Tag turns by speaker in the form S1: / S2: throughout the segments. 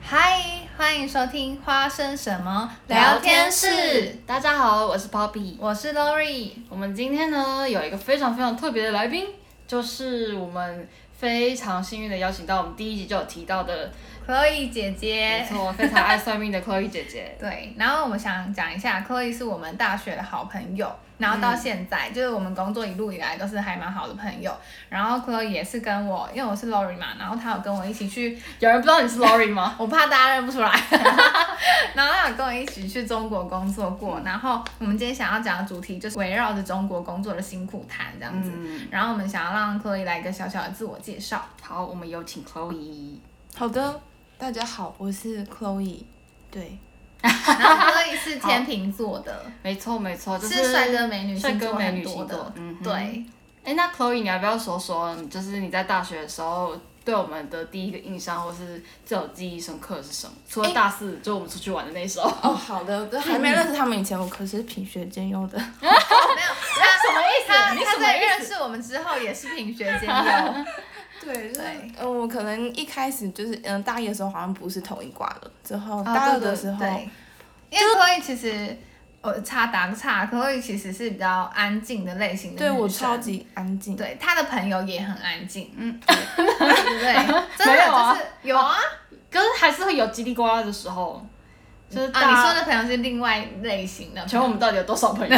S1: 嗨，欢迎收听《花生什么聊天室》，
S2: 大家好，我是 Poppy。
S1: 我是 Lori。
S2: 我们今天呢有一个非常非常特别的来宾，就是我们非常幸运的邀请到我们第一集就有提到的，
S1: Chloe 姐
S2: 没
S1: 姐。
S2: 错，非常爱算命的 Chloe 姐姐。
S1: 对，然后我们想讲一下，Chloe 是我们大学的好朋友，然后到现在、就是我们工作一路以来都是还蛮好的朋友。然后 Chloe 也是跟我，因为我是 Lori 嘛，然后她有跟我一起去，
S2: 有人不知道你是 Lori 吗？
S1: 我怕大家认不出 来，然后她有跟我一起去中国工作过。然后我们今天想要讲的主题就是围绕着中国工作的辛苦谈这样子。
S2: 嗯，
S1: 然后我们想要让 Chloe 来一个小小的自我介绍。
S2: 好，我们有请 Chloe。
S3: 好的，大家好，我是 Chloe。对，
S1: 然后 Chloe 是天秤座的，
S2: 没错没错，就是
S1: 帅哥。美女
S2: 帅
S1: 星
S2: 哥
S1: 座
S2: 美
S1: 很
S2: 女
S1: 多
S2: 星座
S1: 的，，
S2: 嗯哼，
S1: 对，
S2: 哎，那 Chloe，你要不要说说，就是你在大学的时候对我们的第一个印象，或是最有记忆深刻的是什么？除了大四，就我们出去玩的那一首。
S3: 哦，好的，这还没认识他们以前，我可是品学兼优的。
S1: 没有，他什么意
S2: 思
S1: 他
S2: 你 什
S1: 他
S2: 么
S1: 在
S2: 意思
S1: 认识我们之后也是品学 兼优，
S3: 对，就是
S1: 对
S3: 呃，我可能一开始就是嗯，大一的时候好像不是同一挂的，之后
S2: 哦
S3: 大二
S2: 对对
S3: 的时候，
S1: 对，因为 Chloe 其实。呃，差打个岔，Chloe 其实是比较安静的类型的
S3: 对我
S1: 女生
S3: 超，级安 静。
S1: 对她的朋友也很安静，嗯，对，对真
S2: 没有
S1: 的
S2: 啊
S1: 就是有啊，
S2: 可是还是会有叽里呱啦的时候，就是大、
S1: 啊，你说的朋友是另外类型的，
S2: 请问我们到底有多少朋友？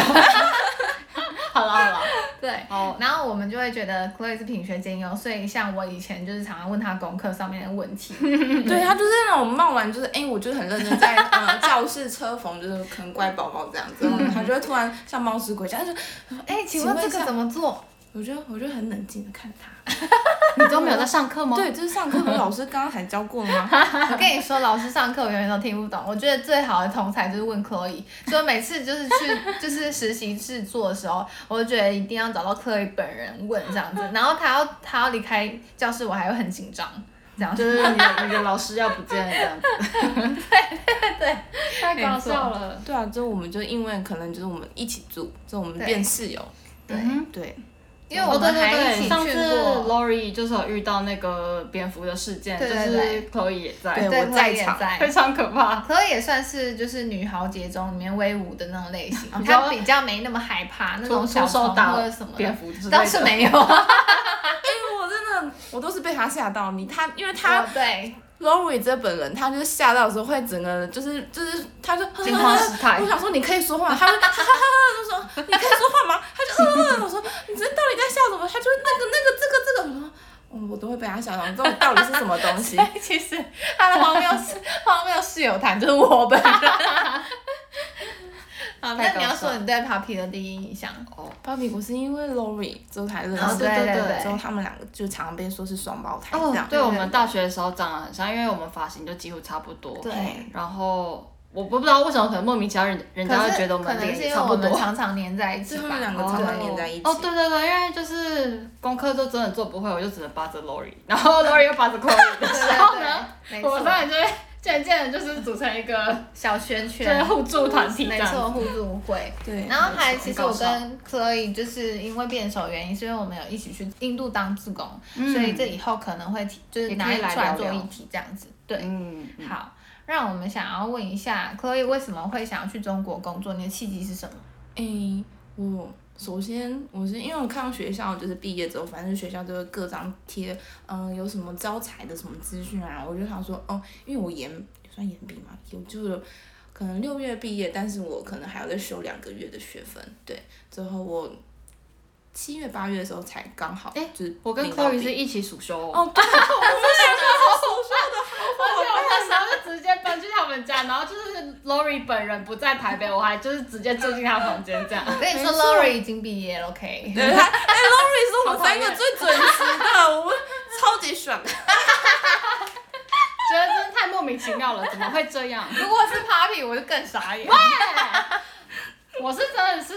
S2: 好了好了，
S1: 对，
S2: 好，
S1: 然后我们就会觉得 Chloe 是品学兼优，所以像我以前就是常常问他功课上面的问 题，
S3: 对，他就是那种冒然，就是哎、我就是很认真在呃教室车缝，就是可能乖宝宝这样子，他就会突然像猫使鬼叫，他就
S1: 哎，请问这
S3: 请问一
S1: 个
S3: 下
S1: 怎么做？
S3: 我就我就很冷静的看他。
S2: 你都没有在上课吗？
S3: 对，就是上课老师刚刚才教过了吗？
S1: 我跟你说，老师上课我永远都听不懂。我觉得最好的同才就是问 Chloe，所以每次就是去 就是实习制作的时候，我就觉得一定要找到 Chloe 本人问这样 子，然后他要他要离开教室，我还会很紧张。这样
S2: 就
S1: 子，
S2: 是你的你的老师要不见了这样子。对对对，太搞笑了。
S3: 对啊，就我们就因为可能就是我们一起住，就我们
S1: 对
S3: 变室友。
S1: 对
S2: 嗯哼
S3: 对，
S1: 因为
S2: 哦
S1: 我
S2: 对
S1: 们
S2: 对
S1: 还一起
S2: 对，
S1: 去
S2: 上次
S1: 过，
S2: Lori 就是有遇到那个蝙蝠的事件，
S1: 对
S2: 就
S1: 对
S2: 是 Chloe 也在
S3: 对，
S1: 对
S3: 我在
S1: Chloe 也
S3: 场
S1: 在
S2: 非常可怕。
S1: 可也算是就是女豪杰中里面威武的那种类型，
S2: 你知道
S1: 她比较没那么害怕那
S2: 啊出
S1: 种
S2: 出
S1: 小
S2: 手
S1: 虫
S2: 打
S1: 或者什么
S2: 蝙
S1: 的，
S2: 蝠之类的，
S1: 倒是没有。 哦
S3: 哎、我真的我都是被他吓到，你他因为他、
S2: 哦
S1: 对，
S3: Lori 这本人，他就是吓到的时候会整个就是就是他就
S2: 惊慌失态
S3: 我想说你可以说话，他就 哈哈哈哈就说你可以说话吗？他就呃，我说你这到底在吓什么？他就那个那个这个这个，我说嗯我都会被他吓到，你知道到底是什么东 西？
S1: 其实他的荒谬室荒谬室友谈就是我本 人。好，那
S2: 太搞
S1: 你要说
S2: 笑了
S1: 你对 Papi 的第一印象，
S2: 哦
S3: 芭比，我是因为 Lori 之后才认识，
S1: 哦对对对
S3: 之后他们两个就常常被说是双胞胎这
S2: 哦
S3: 样。，
S2: 对，我们大学的时候长得很像，因为我们发型就几乎差不多。
S1: 对
S2: 然后我不知道为什么，可能莫名其妙人人家
S1: 可
S2: 会
S1: 是
S2: 觉得我
S1: 可
S2: 们
S1: 能是
S2: 脸
S1: 因为
S2: 差
S1: 我
S2: 不
S1: 们
S2: 多。
S1: 常常黏在一起
S3: 是他
S1: 吧
S3: 们。两个
S2: 哦
S3: 常常黏在一起。
S2: 哦，对对对，因为就是功课就真的做不会，我就只能扒着 Lori，然后 Lori 又扒着 Chloe 的
S1: 哦对
S2: 时候呢，
S1: 对对，没
S2: 我们
S1: 错，
S2: 三个就会渐渐的就是组成一个
S1: 小圈
S2: 就是
S1: 圈，
S2: 互助团体这
S1: 没
S2: 样子。
S1: 错，互助会。
S3: 对
S1: 然后还
S2: 没错
S1: 其实
S2: 很
S1: 我
S2: 搞笑
S1: 跟 Chloe 就是因为变手原因，是因为我们有一起去印度当志工，
S2: 嗯
S1: 所以这以后可能会提就是
S2: 也可
S1: 拿
S2: 以
S1: 出
S2: 来
S1: 来
S2: 聊
S1: 做
S2: 聊
S1: 一题这样子。对，
S2: 嗯，嗯
S1: 好，让我们想要问一下 Chloe 为什么会想要去中国工作？你的契机是什么？
S3: 诶、哎我首先我是因为我看到学校就是毕业之后，反正学校就会各张贴，嗯、有什么招财的什么资讯啊，我就想说，哦，因为我研算研毕嘛，有就是可能六月毕业，但是我可能还要再修两个月的学分，对，之后我七月八月的时候才刚好，
S2: 诶
S3: 就是
S2: 哎我跟
S3: 领到
S2: Chloe
S3: 毕
S2: 是一起暑修哦。
S3: 哦，对，
S2: 而且我那时候就直接搬去他们家，然后就是 Lori 本人不在台北，我还就是直接住进他房间 这样。
S1: 我跟你说
S3: 没错
S1: ，Lori 已经毕业了，OK？
S3: 对他，哎、l o r i 是我
S2: 好
S3: 们
S2: 讨
S3: 三
S2: 厌
S3: 个最准 时的，我超级爽。
S2: 觉得真的太莫名其妙了，怎么会这样？
S1: 如果是 Papi，我就更傻眼。
S2: 我是真的是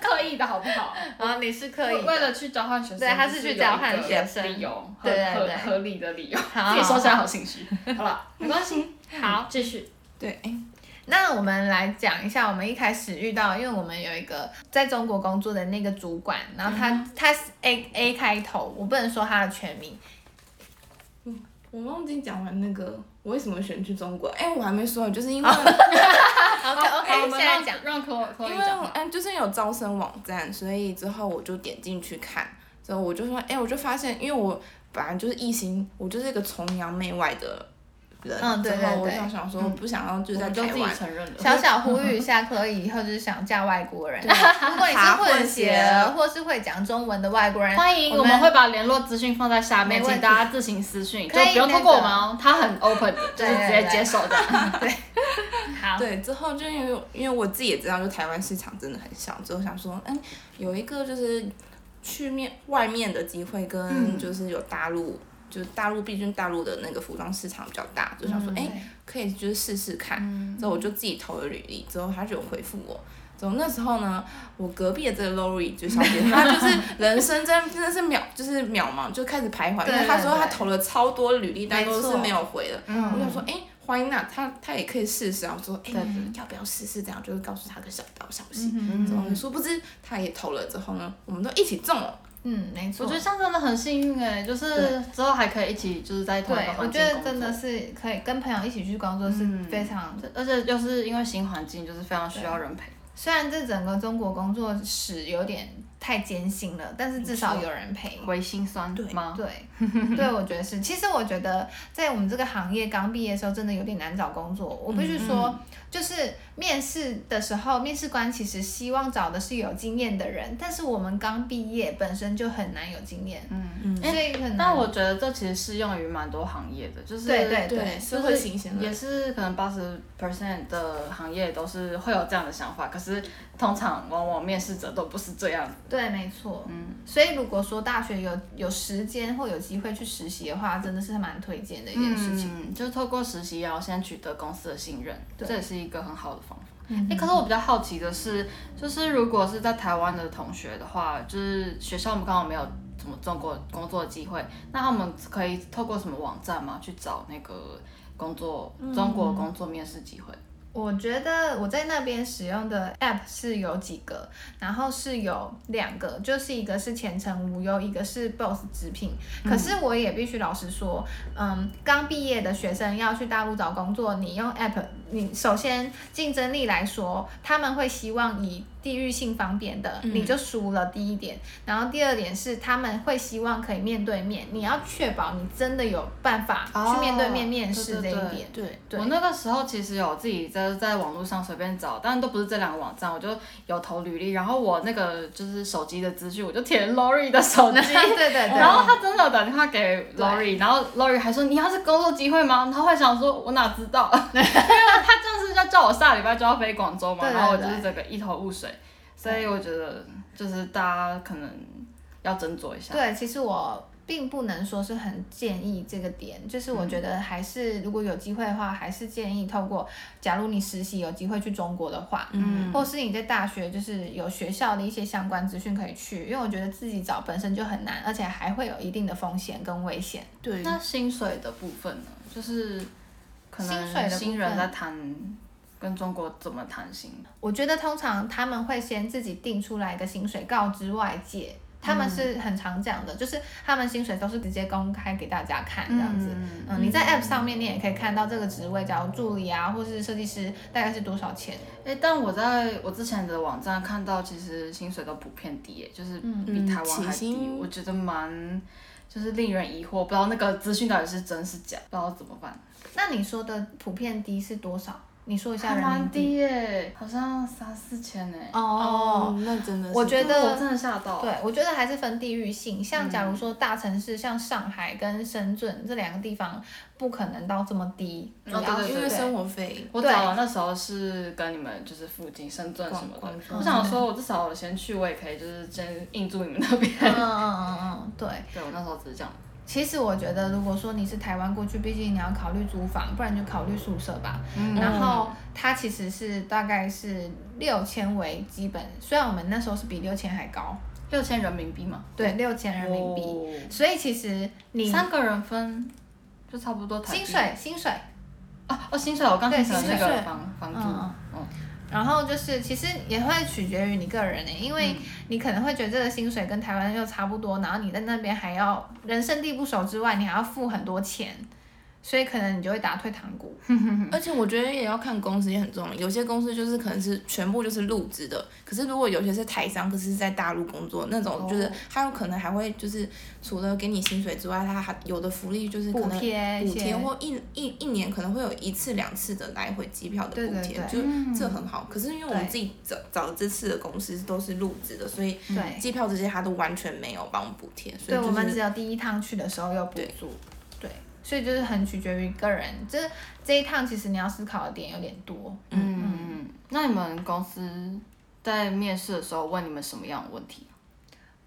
S2: 刻意的好不好？
S1: 然啊后你是刻意
S2: 为
S1: 的，
S2: 了去交换学生，
S1: 对他是去交换学生
S2: 就是有一个理由，
S1: 对对
S2: 合
S1: 对
S2: 合合理的理由。
S1: 好好
S2: 自己说起来好心虚。好了，没关系，好，继续。
S3: 对，哎、
S1: 那我们来讲一下，我们一开始遇到，因为我们有一个在中国工
S2: 嗯
S1: 作的那个主管，然后他、他是 A A 开头，我不能说他的全名，
S3: 我忘记讲完那个我为什么选去中国，哎、我还没说，就 是因为
S1: OK
S2: 好
S1: OK，
S2: 我们
S1: 现在
S2: 让
S1: 讲。
S2: 让 Chloe
S3: 因
S2: Chloe
S3: 为
S2: 讲话。
S3: 嗯，就是有招生网站，所以之后我就点进去看，之后我就说，哎、我就发现，因为我本来就是异性，我就是一个崇洋媚外的人，
S1: 嗯对
S3: 之后
S1: 对
S3: 我
S1: 对
S3: 就想说，我不想要就
S2: 我
S3: 是在
S2: 们就
S3: 台
S2: 自己
S3: 湾，
S2: 承 认了。
S1: 小小呼吁一下，可以以后就是想嫁外国人。如果你是
S3: 查
S1: 混
S3: 混
S1: 血
S3: 血
S1: 儿或是会讲中文的外国人，
S2: 欢迎，
S1: 我
S2: 我们会把联络资讯放在下面，
S1: 没问
S2: 请
S1: 题
S2: 大家自行私讯，就
S1: 可以
S2: 不用
S1: 那
S2: 通过
S1: 个
S2: 我们哦，他很 open 的，就是直
S1: 对
S2: 接
S1: 对
S2: 接受的。
S1: 好。
S3: 对，之后就因为因为我自己也知道，就台湾市场真的很小，之后想说，嗯，有一个就是去面外面的机会，跟
S1: 嗯
S3: 就是有大陆，就是大陆，毕竟大陆的那个服装市场比较大，就想说，
S1: 嗯
S3: 哎、可以就是试试看。之后我就自己投了履历，之后他就有回复我。之后那时候呢，我隔壁的这个 Lori 就小姐，她就是 人生真真的是渺，就是渺茫，就开始徘徊，因
S1: 对
S3: 为
S1: 对
S3: 她说她
S1: 对
S3: 投了超多履历，但
S1: 没
S3: 都是
S1: 错
S3: 没有回的。
S1: 嗯
S3: 我想说，哎、欢迎娜，她她也可以试试啊。我说，
S2: 对
S3: 哎、
S2: 对
S3: 要不要试试？这样就是告诉她个小道消息。
S1: 嗯
S3: 之后殊不知她也投了之后呢，我们都一起中了。
S1: 嗯，没错
S2: 我觉。得这样真的很幸运哎，就是之后还可以一起就是在同一
S1: 对
S2: 个，
S1: 我
S2: 环
S1: 觉
S2: 境
S1: 得
S2: 工
S1: 真的
S2: 作，
S1: 是可以跟朋友一起去工作是非常，
S2: 而且又是因为新环境，就是非常需要人陪。
S1: 虽然这整个中国工作史有点太艰辛了，但是至少有人陪。
S2: 回心酸
S3: 对
S2: 吗？
S1: 对， 对，我觉得是。其实我觉得，在我们这个行业刚毕业的时候，真的有点难找工作。我必须说，就是面试的时候，面试官其实希望找的是有经验的人，但是我们刚毕业本身就很难有经验，
S2: 嗯，
S1: 所以很难。
S2: 但我觉得这其实适用于蛮多行业的，就是
S1: 对对
S3: 对，
S2: 就
S3: 社
S2: 是
S3: 会新鲜
S2: 也
S3: 人。
S2: 是可能八十 percent 的行业都是会有这样的想法，可是通常往往面试者都不是这样子。
S1: 对，没错。嗯，所以如果说大学有有时间或有机会去实习的话，真的是蛮推荐的一件事情。
S2: 嗯，就是透过实习，然后先取得公司的信任，
S1: 对
S2: 这也是一个很好的方法。
S1: 嗯
S2: 哎、可是我比较好奇的是，就是如果是在台湾的同学的话，就是学校我们刚好没有什么中国工作机会，那他们可以透过什么网站吗？去找那个工作
S1: 嗯
S2: 中国工作面试机会？
S1: 我觉得我在那边使用的 app 是有几个，然后是有两个，就是一个是前程无忧，一个是 Boss 直聘。可是我也必须老实说，嗯，刚毕业的学生要去大陆找工作，你用 app，你首先竞争力来说，他们会希望以地域性方便的，你就输了第一点。然后第二点是他们会希望可以面对面，你要确保你真的有办法去面对面
S2: 哦
S1: 面试这
S2: 对对
S1: 一
S2: 对
S1: 点。
S3: 对，
S1: 对
S2: 我那个时候其实有自己在在网络上随便找，但都不是这两个网站，我就有投履历，然后我那个就是手机的资讯，我就填 Lori 的手机，
S1: 哦对 对对，
S2: 然后他真的有打电话给 Lori，然后 Lori 还说你要是工作机会吗？然后我还想说，我哪知道， 因为他就是要叫我下礼拜就要飞广州嘛，
S1: 对对
S2: 然后我就是整个一头雾水，所以我觉得就是大家可能要斟酌一下。
S1: 对，其实我并不能说是很建议这个点，就是
S2: 嗯
S1: 我觉得还是、如果有机会的话，还是建议透过，假如你实习有机会去中国的话，
S2: 嗯
S1: 或是你在大学就是有学校的一些相关资讯可以去，因为我觉得自己找本身就很难，而且还会有一定的风险跟危险。
S3: 对，
S2: 那薪水的部分呢，就是可
S1: 薪水的
S2: 能
S1: 部分
S2: 新人在谈跟中国怎么谈薪，
S1: 我觉得通常他们会先自己定出来一个薪水，告知外界。他们是很常讲
S2: 嗯
S1: 的，就是他们薪水都是直接公开给大家看这样子。
S2: 嗯
S1: 嗯你在 App 上面你也可以看到这个职位，假如助理啊，或是设计师，大概是多少钱。
S2: 哎、但我在我之前的网站看到，其实薪水都普遍低、欸，就是比
S3: 嗯
S2: 台湾
S3: 起
S2: 还低，
S3: 薪
S2: 我觉得蛮就是令人疑惑，不知道那个资讯到底是真是假，不知道怎么办。
S1: 那你说的普遍低是多少？你说一下
S2: 还
S1: 人民
S2: 蛮
S1: 币。
S2: 低耶、好像三四千呢、
S1: 哦，
S3: 那真的是，
S1: 我觉得
S2: 我真的吓到。
S1: 对，我觉得还是分地域性。
S2: 嗯
S1: 像假如说大城市，像上海跟深圳这两个地方，不可能到这么低。主
S2: 哦
S1: 要
S2: 对对
S1: 是
S3: 因为生活费，
S2: 我找的那时候是跟你们就是附近深圳什么
S3: 逛
S2: 的，
S3: 逛
S2: 我想说，我至少我先去，我也可以就是先印住你们那边。
S1: 嗯嗯嗯嗯，对。
S2: 对我那时候只是这样。
S1: 其实我觉得，如果说你是台湾过去，毕竟你要考虑租房，不然就考虑宿舍吧。
S2: 嗯
S1: 然后它其实是大概是六千为基本，虽然我们那时候是比六千还高，
S2: 六千人民币嘛，
S1: 对，六千人民币。
S2: 币，
S1: 所以其实你
S2: 哦三个人分就差不多台币
S1: 薪水薪水，
S2: 啊哦，薪水我刚
S1: 对
S2: 听成
S1: 薪
S2: 那
S1: 水
S2: 个房房
S1: 嗯
S2: 租，嗯，
S1: 然后就是，其实也会取决于你个人呢、因
S2: 嗯
S1: 为你可能会觉得这个薪水跟台湾又差不多，然后你在那边还要人生地不熟之外，你还要付很多钱，所以可能你就会打退堂鼓。
S3: 而且我觉得也要看公司也很重要，有些公司就是可能是全部就是入职的，可是如果有些是台商，可是在大陆工作那种，就是
S1: 哦
S3: 他有可能还会就是除了给你薪水之外，他还有的福利就是可
S1: 补
S3: 能
S1: 贴一
S3: 补
S1: 些
S3: 贴，或一一一年可能会有一次两次的来回机票的
S1: 对
S3: 补
S1: 对
S3: 贴，
S1: 对嗯
S3: 就这很好。可是因为我们自己找找这次的公司都是入职的，所以
S1: 对
S3: 机票这些他都完全没有帮我们补贴，嗯所以
S1: 对，
S3: 就是
S1: 我们只有第一趟去的时候有补
S3: 对
S1: 助，对，所以就是很取决于个人，就是这一趟其实你要思考的点有点多。
S2: 嗯，那你们公司在面试的时候问你们什么样的问题？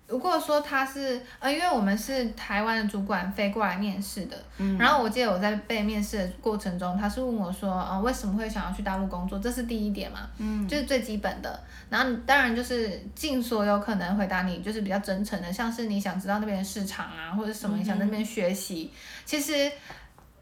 S1: 如果说他是呃，因为我们是台湾的主管飞过来面试的，然后我记得我在被面试的过程中，他是问我说，呃，为什么会想要去大陆工作？这是第一点嘛，嗯，就是最基本的。然后你当然就是尽所有可能回答你，就是比较真诚的，像是你想知道那边的市场啊，或者什么，你想在那边学习，其实。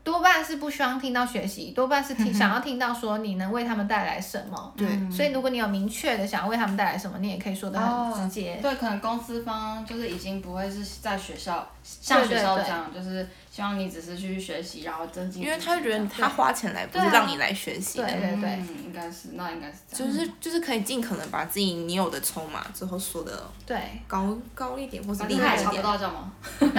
S1: 多半是不希望听到学习，多半是听想要听到说你能为他们带来什么。
S3: 对
S1: 所以如果你有明确的想要为他们带来什么，你也可以说的
S2: 哦
S1: 很直接。
S2: 对，可能公司方就是已经不会是在学校像学校
S1: 对对
S2: 这样，就是希望你只是去学习，然后增进自己
S3: 因
S2: 这
S3: 为
S2: 样。
S3: 他会觉得他花钱来不是
S1: 对啊
S3: 让你来学习的，
S1: 对对对
S2: 嗯，应该是那应该是这
S3: 就
S2: 样。
S1: 嗯
S3: 是就是可以尽可能把自己你有的筹码之后说的
S1: 对，
S3: 高高一点，或是
S2: 反
S3: 厉
S2: 正他
S3: 害
S2: 也
S3: 一
S2: 查不
S3: 点。
S2: 到这样吗？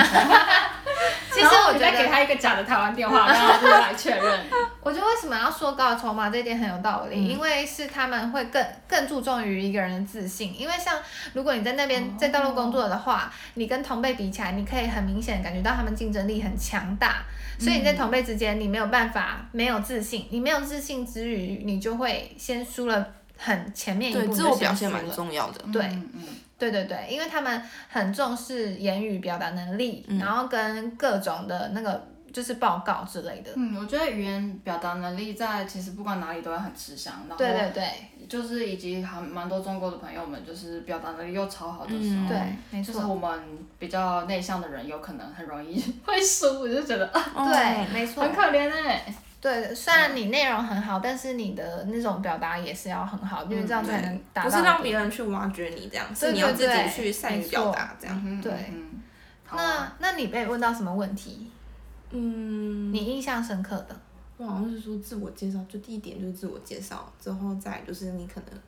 S1: 其实我觉
S2: 再给
S1: 得，
S2: 他一个假的台湾 电话，让他就是来确认。
S1: 我觉得为什么要说高的筹码这一点很有道
S3: 嗯
S1: 理，因为是他们会更更注重于一个人的自信。因为像如果你在那
S3: 哦
S1: 边在大陆工作的话，你跟同辈比起来，你可以很明显地感觉到他们竞争力很强大，所以
S3: 嗯
S1: 你在同辈之间你没有办法没有自信，你没有自信之余，你就会先输了很前面一步，
S3: 对，
S1: 你
S3: 自
S1: 就
S3: 我
S1: 先
S3: 表现
S1: 输
S3: 蛮
S1: 了
S3: 重要的。
S1: 对
S2: 嗯嗯，
S1: 对对对，因为他们很重视言语表达能力，
S3: 嗯
S1: 然后跟各种的那个就是报告之类的。
S2: 嗯，我觉得语言表达能力在其实不管哪里都会很吃香，然后
S1: 对
S3: 哦
S1: 对对。
S2: 就是以及还蛮多中国的朋友们，就是表达能力又超好的时候，
S3: 嗯
S1: 对，没
S2: 就是
S1: 错，
S2: 我们比较内向的人有可能很容易会输，我就觉得啊
S3: 哦
S1: 对，没错
S2: 很，可怜哎、
S1: 对。虽然你内容很好，但是你的那种表达也是要很好，因为这样才能达
S3: 嗯不
S1: 到。
S3: 是让别人去挖掘你这样，是
S1: 对
S3: 你要
S1: 对
S3: 自己
S1: 对
S3: 去善于
S1: 没
S3: 表
S1: 错
S3: 达这样。
S2: 嗯
S1: 对
S2: 嗯好啊
S1: 那那你被问到什么问题？
S3: 嗯，
S1: 你印象深刻的？
S3: 我好像是说自我介绍，就第一点就是自我介绍，之后再来就是你可能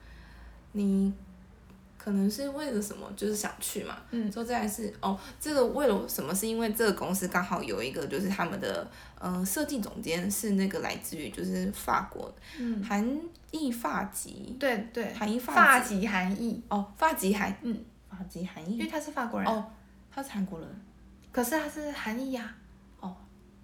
S3: 你可能是为了什么，就是想去嘛。
S1: 嗯
S3: 之后再来是哦，这个为了什么？是因为这个公司刚好有一个就是他们的嗯设计总监是那个来自于就是法国
S1: 嗯，
S3: 韩裔发籍，
S1: 对对，
S3: 韩裔
S1: 发
S3: 发籍
S1: 籍含义，
S3: 哦，发籍韩
S1: 嗯，
S3: 发籍韩
S1: 因
S3: 裔
S1: 为他是法国人，
S3: 哦，他是韩国人
S1: 可是他是韩裔呀，
S3: 哦，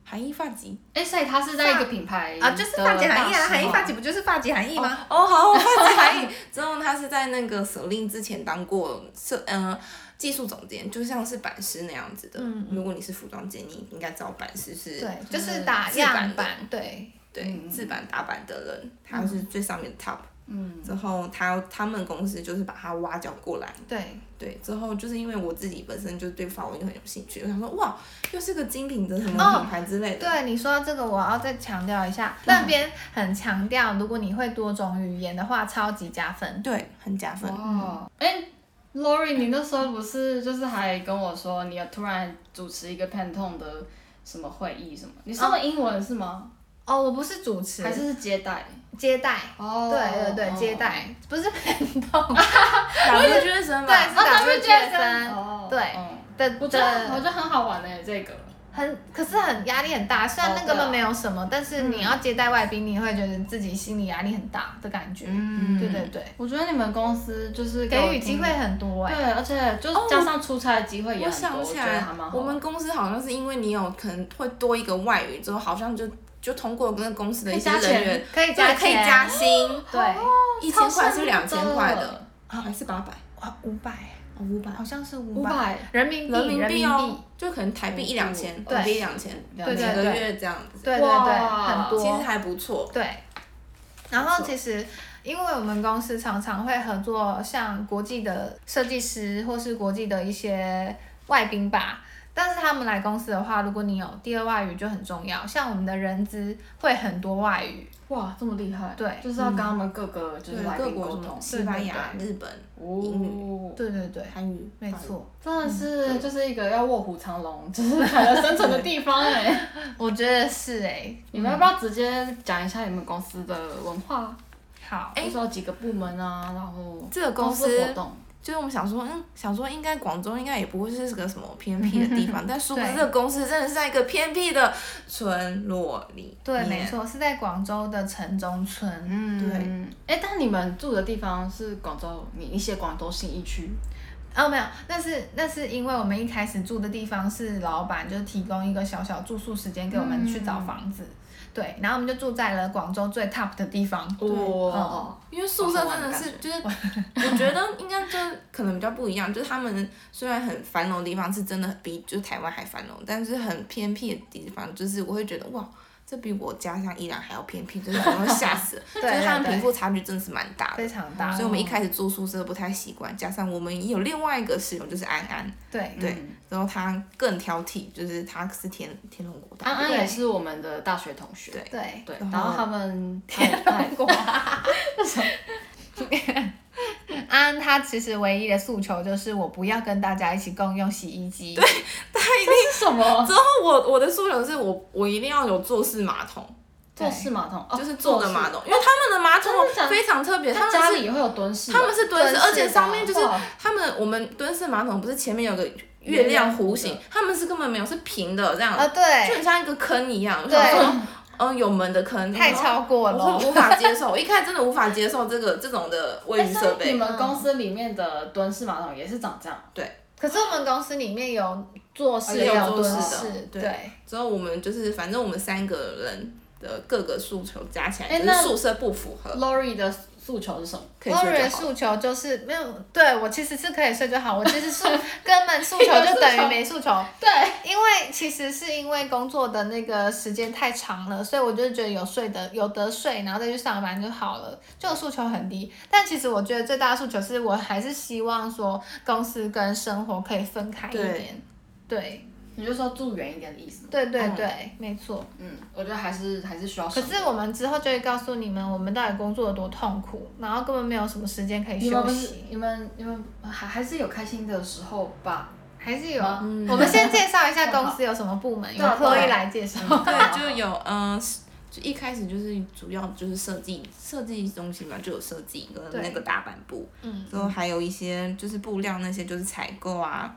S3: 韩裔发籍
S2: 哎、所以他是在一个品牌
S1: 啊，就是发籍含义啊，韩裔发籍
S2: 籍，
S1: 不就是发籍含义吗？
S3: 哦，好，我发韩语。之后他是在那个舍令之前当过设嗯、技术总监，就像是版师那样子的。
S1: 嗯嗯
S3: 如果你是服装界，你应该知道版师是
S1: 对，就
S2: 就是
S1: 是打
S3: 自版
S1: 样
S3: 的
S1: 版，对，
S3: 对
S2: 嗯嗯
S3: 制版打版的人，他是
S1: 嗯
S3: 最上面的 top。
S2: 嗯，
S3: 之后他他们公司就是把他挖角过来，
S1: 对，
S3: 对，之后就是因为我自己本身就对法文很有兴趣，我想说哇，又是个精品的什么
S1: 哦
S3: 品牌之类的，
S1: 对你说到这个，我要再强调一下，那边很强调，如果你会多种语言的话，超级加分。
S3: 对，很加分。
S1: 嗯
S2: 哦，哎、l o r i 你那时候不是就是还跟我说你要突然主持一个 Pantone 的什么会议什么？你说的英文是吗？
S1: 哦，我不是主持，
S2: 还是是接待？
S1: 接待。
S2: 哦
S1: 对对对，接。待不是很懂
S3: WG 生
S1: 对
S3: 嘛
S1: 是，
S2: 哦
S1: WGSN
S2: 哦，
S1: 对
S2: 嗯
S1: 的
S2: 我觉得我
S1: 的
S2: 觉得很好玩诶，这个。
S1: 很，可是很压力很大。虽然
S2: 哦
S1: 那根
S2: 对
S1: 本
S2: 啊
S1: 没有什么，但是你要接待外宾，你会觉得自己心理压力很大的感觉。
S2: 嗯
S1: 对对对，
S2: 我觉得你们公司就是
S1: 给予
S2: 我听
S1: 机会，很多哎。
S2: 对，而且就是加上出差的机会也
S3: 哦我
S2: 很多，
S3: 想
S2: 我
S3: 起
S2: 觉得
S3: 来
S2: 还蛮，好
S3: 我
S2: 玩。
S3: 们公司好像是因为你有可能会多一个外语之后，好像就就通过跟公司的一些
S2: 可以加钱
S3: 人员，
S1: 可以
S3: 对
S1: 加
S3: 可以
S1: 钱
S3: 加薪，
S1: 对，
S3: 一千块是两千块
S2: 超
S3: 的，啊，还是八百？
S1: 哇，五百，
S3: 哦，五百
S1: 好像是五
S2: 五百
S1: 人民币，
S3: 人民
S1: 人
S3: 币
S1: 民
S3: 哦
S1: 币，，
S3: 就可能台币一两千，
S1: 对
S3: 台币一两千，
S2: 对
S3: 每
S2: 对
S3: 个
S1: 对
S3: 月这样子，
S1: 对对对，
S2: 哇
S1: 很多。
S3: 其实还不错。
S1: 对，然后其实因为我们公司常常会合作像国际的设计师或是国际的一些外宾吧。但是他们来公司的话，如果你有第二外语就很重要，像我们的人资会很多外语，
S2: 哇，这么厉害，
S1: 对
S2: 就是要跟他们各个就是
S3: 嗯对
S2: 来
S3: 各
S2: 宾
S3: 国
S2: 沟
S3: 什么
S2: 通，
S3: 西班牙、日本、英嗯
S2: 哦，
S1: 对对对，
S3: 韩语，
S1: 没错。
S2: 真的是就是一个要卧虎藏龙，就是才能生存的地方 哎。
S1: 我觉得是哎、
S2: 你们要不要直接讲一下你们公司的文化？
S1: 好，
S3: 嗯
S2: 就是有几个部门啊，然后
S3: 这个公
S2: 公
S3: 司
S2: 活动，
S3: 就是我们想说，嗯，想说应该广州应该也不会是个什么偏 僻的地方，但殊不知
S1: 对
S3: 这个公司真的是在一个偏僻的村落里。
S1: 对，没。错，是在广州的城中村。
S2: 嗯，对。哎，但你们住的地方是广州，你你写广州信义区，
S1: 哦，没有，那是那是因为我们一开始住的地方是老板就提供一个小小住宿时间给我们去
S3: 嗯
S1: 找房子，对，然后我们就住在了广州最 top 的地方。
S2: 哇，
S3: 因为宿舍真的是，就是我觉得应该就可能比较不一样，就是他们虽然很繁荣的地方是真的比就是台湾还繁荣，但是很偏僻的地方，就是我会觉得哇，这比我家乡依然还要偏僻，就是我会吓死了。
S1: 对
S3: 就是他们
S1: 对对
S3: 贫富差距真的是蛮大的
S1: 非，常大嗯
S3: 所以，我们一开始住宿舍不太习惯，加上我们也有另外一个室友就是安安，
S1: 对
S3: 对，然后他更挑剔，就是他是天天龙国
S2: 安
S3: 大
S2: 安
S1: 对
S2: 也是我们的大学同学，
S3: 对
S1: 对，
S2: 对，
S3: 然
S2: 然
S3: 后
S2: 后他 们天龙国，
S1: 安他其实唯一的诉求就是我不要跟大家一起共用洗衣机。
S2: 是什么
S3: 之后我我的诉求是我我一定要有坐式马桶，
S2: 坐式马桶，哦
S3: 就是坐的马。
S2: 式
S3: 桶，因为他们的马桶
S2: 真的假的
S3: 非常特别，他
S2: 他
S3: 们
S2: 家
S3: 是
S2: 里会有蹲式的，
S3: 他们是蹲
S1: 蹲式
S3: 式，
S1: 的哦
S3: 而且上面就是
S2: 哇
S3: 他们我们蹲式马桶不是前面有个月
S2: 月亮
S3: 亮
S2: 弧
S3: 弧
S2: 的
S3: 形，他们是根本没有，是平的这样，
S1: 啊，
S3: 就
S1: 对，
S3: 很像一个坑一样。我
S1: 对
S3: 想说，嗯，有门的坑，
S1: 太
S3: 然后
S1: 超过了
S3: 我会无法接受，我一开始真的无法接受这个这种的
S1: 哎
S3: 卫浴
S2: 但
S3: 设
S2: 是你
S3: 备。
S2: 们公司里面的蹲式马桶也是长这样，
S1: 可是我们公司里面有做事
S3: 哦也有
S1: 有
S3: 做
S1: 蹲
S3: 事的
S1: 式，
S3: 对
S1: 对，
S3: 之后我们就是，反正我们三个人的各个诉求加起来，
S2: 哎
S3: 就
S2: 那
S3: 是宿舍不符合，
S2: Lori 的诉求是什么？
S3: 可以
S1: 欧
S3: 睡
S1: 人
S3: 就好了。
S1: 诉求就是没有，对我其实是可以睡就好， 我其实诉根本诉求就等于没诉求，
S2: 对，
S1: 因为其实是因为工作的那个时间太长了，所以我就觉得有睡的有得睡，然后再去上班就好了，就诉求很低。但其实我觉得最大的诉求是我还是希望说公司跟生活可以分开一
S3: 对
S1: 点，对
S2: 你就说住远一点的意思吗？
S1: 对对对，没错。
S2: 嗯，我觉得还是还是需要
S1: 可
S2: 生活。
S1: 是我们之后就会告诉你们，我们到底工作有多痛苦，然后根本没有什么时间可以
S2: 你们
S1: 休
S2: 不是
S1: 息，
S2: 你们你们还还是有开心的时候吧？
S1: 还是有。
S2: 嗯
S1: 我们先介绍一下公司有什么部 门，由
S2: 对啊对啊
S1: Chloe 来介 绍。
S3: 对，就有嗯。就一开始就是主要就是设计设计中心嘛，就有设计跟
S1: 对
S3: 那个大板布，
S1: 嗯，
S3: 之后还有一些就是布料那些就是采购啊，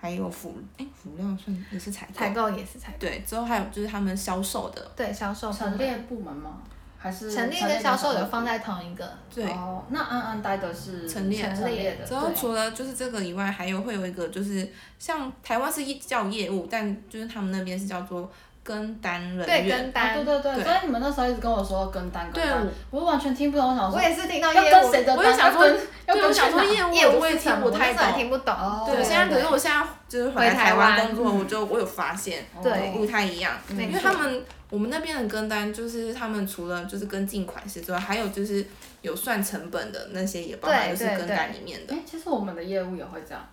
S3: 还有辅哎辅料算也是采购，
S1: 采购也是采购，
S3: 对，之后还有就是他们销售的，
S1: 对销售部
S2: 哦陈
S1: 门。
S2: 列部门吗？还是
S1: 陈列跟销售有放
S2: 在？
S1: 在同一个，
S3: 对，
S2: 哦，那安安待的是
S3: 陈列
S2: 陈列的，
S3: 之后
S2: 对
S3: 除了就是这个以外，还有会有一个就是像台湾是一叫业务，但就是他们那边是叫做跟单人
S1: 对
S3: 员，
S1: 跟
S2: 啊
S1: 单，
S2: 对对对，
S3: 对
S2: 所以你们那时候一直跟我说跟单跟单
S3: 对，
S2: 我完全听不懂，我想
S1: 我
S2: 说
S1: 也是听到
S2: 要
S1: 业
S2: 跟
S1: 务
S2: 谁的
S3: 我
S2: 单，
S3: 也想说
S2: 要跟要
S3: 对，我
S2: 跟
S3: 想说
S2: 去哪
S3: 业务
S1: 业务
S3: 我也
S1: 是
S3: 听
S1: 什么，
S3: 不
S1: 我那
S3: 太
S1: 时候也
S3: 懂。
S1: 听不懂。
S2: 哦
S3: 对，
S1: 对，
S3: 我现在可
S1: 对
S3: 是我现在就是回来
S1: 回台
S3: 台湾
S1: 湾
S3: 工作，我就我有发现，
S1: 对
S3: 不太一样，
S1: 没
S3: 因为
S1: 错
S3: 他们我们那边的跟单就是他们除了就是跟进款式之外，还有就是有算成本的那些也包含
S1: 对
S3: 就是
S1: 对
S3: 跟单里面的。
S2: 哎，其实我们的业务也会这样，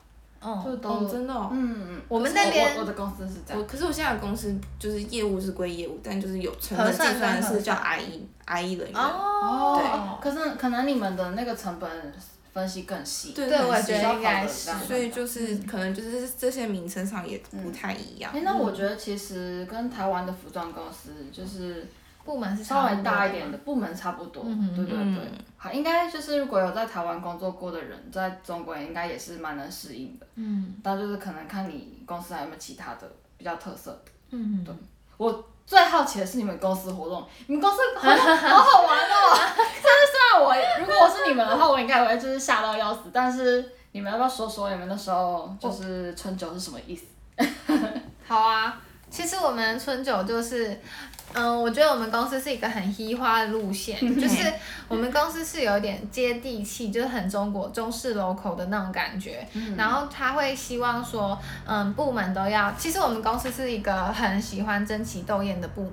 S1: 嗯，
S2: 就
S3: 哦
S2: 都，
S3: 真的、哦。
S2: 嗯，
S1: 我们
S2: 可是
S1: 那边
S2: 我我的公司是这
S3: 我
S2: 样，
S3: 可是我现在的公司就是业务是归业务，但就是有成本
S1: 核
S3: 计
S1: 算
S3: 算
S1: 跟
S3: 是
S1: 核
S3: 叫 E IE IE 人员。
S1: 哦，
S2: 可是可能你们的那个成本分析更细，
S3: 对
S1: 对，我
S3: 很
S1: 也
S3: 细
S1: 觉得应该
S2: 是
S1: 是
S2: 这样
S3: 所以就是可能就是这些名称上也不太一样。
S2: 哎，那我觉得其实跟台湾的服装公司就是
S1: 部门是
S2: 稍
S1: 差
S2: 微
S1: 不多
S2: 大
S1: 的
S2: 一点
S1: 嘛
S2: 的部门差不多，
S1: 嗯
S2: 对对对
S3: 嗯，
S2: 好，应该就是如果有在台湾工作过的人，在中国应该也是蛮能适应的，
S1: 嗯
S2: 但就是可能看你公司还有没有其他的比较特色的。
S1: 嗯，
S2: 对我最好奇的是你们公司活动，你们公司活动好好玩哦！ 真的，虽然我如果我是你们的话，我应该也会就是吓到要死，但是你们要不要说说你们那时候就是春酒是什么意思？
S1: 好啊，其实我们春酒就是，嗯，我觉得我们公司是一个很嘻花的路 线，就是我们公司是有点接地气，就是很中国中式 local 的那种感觉。
S3: 嗯
S1: 然后他会希望说，嗯，部门都要。其实我们公司是一个很喜欢争奇斗艳的部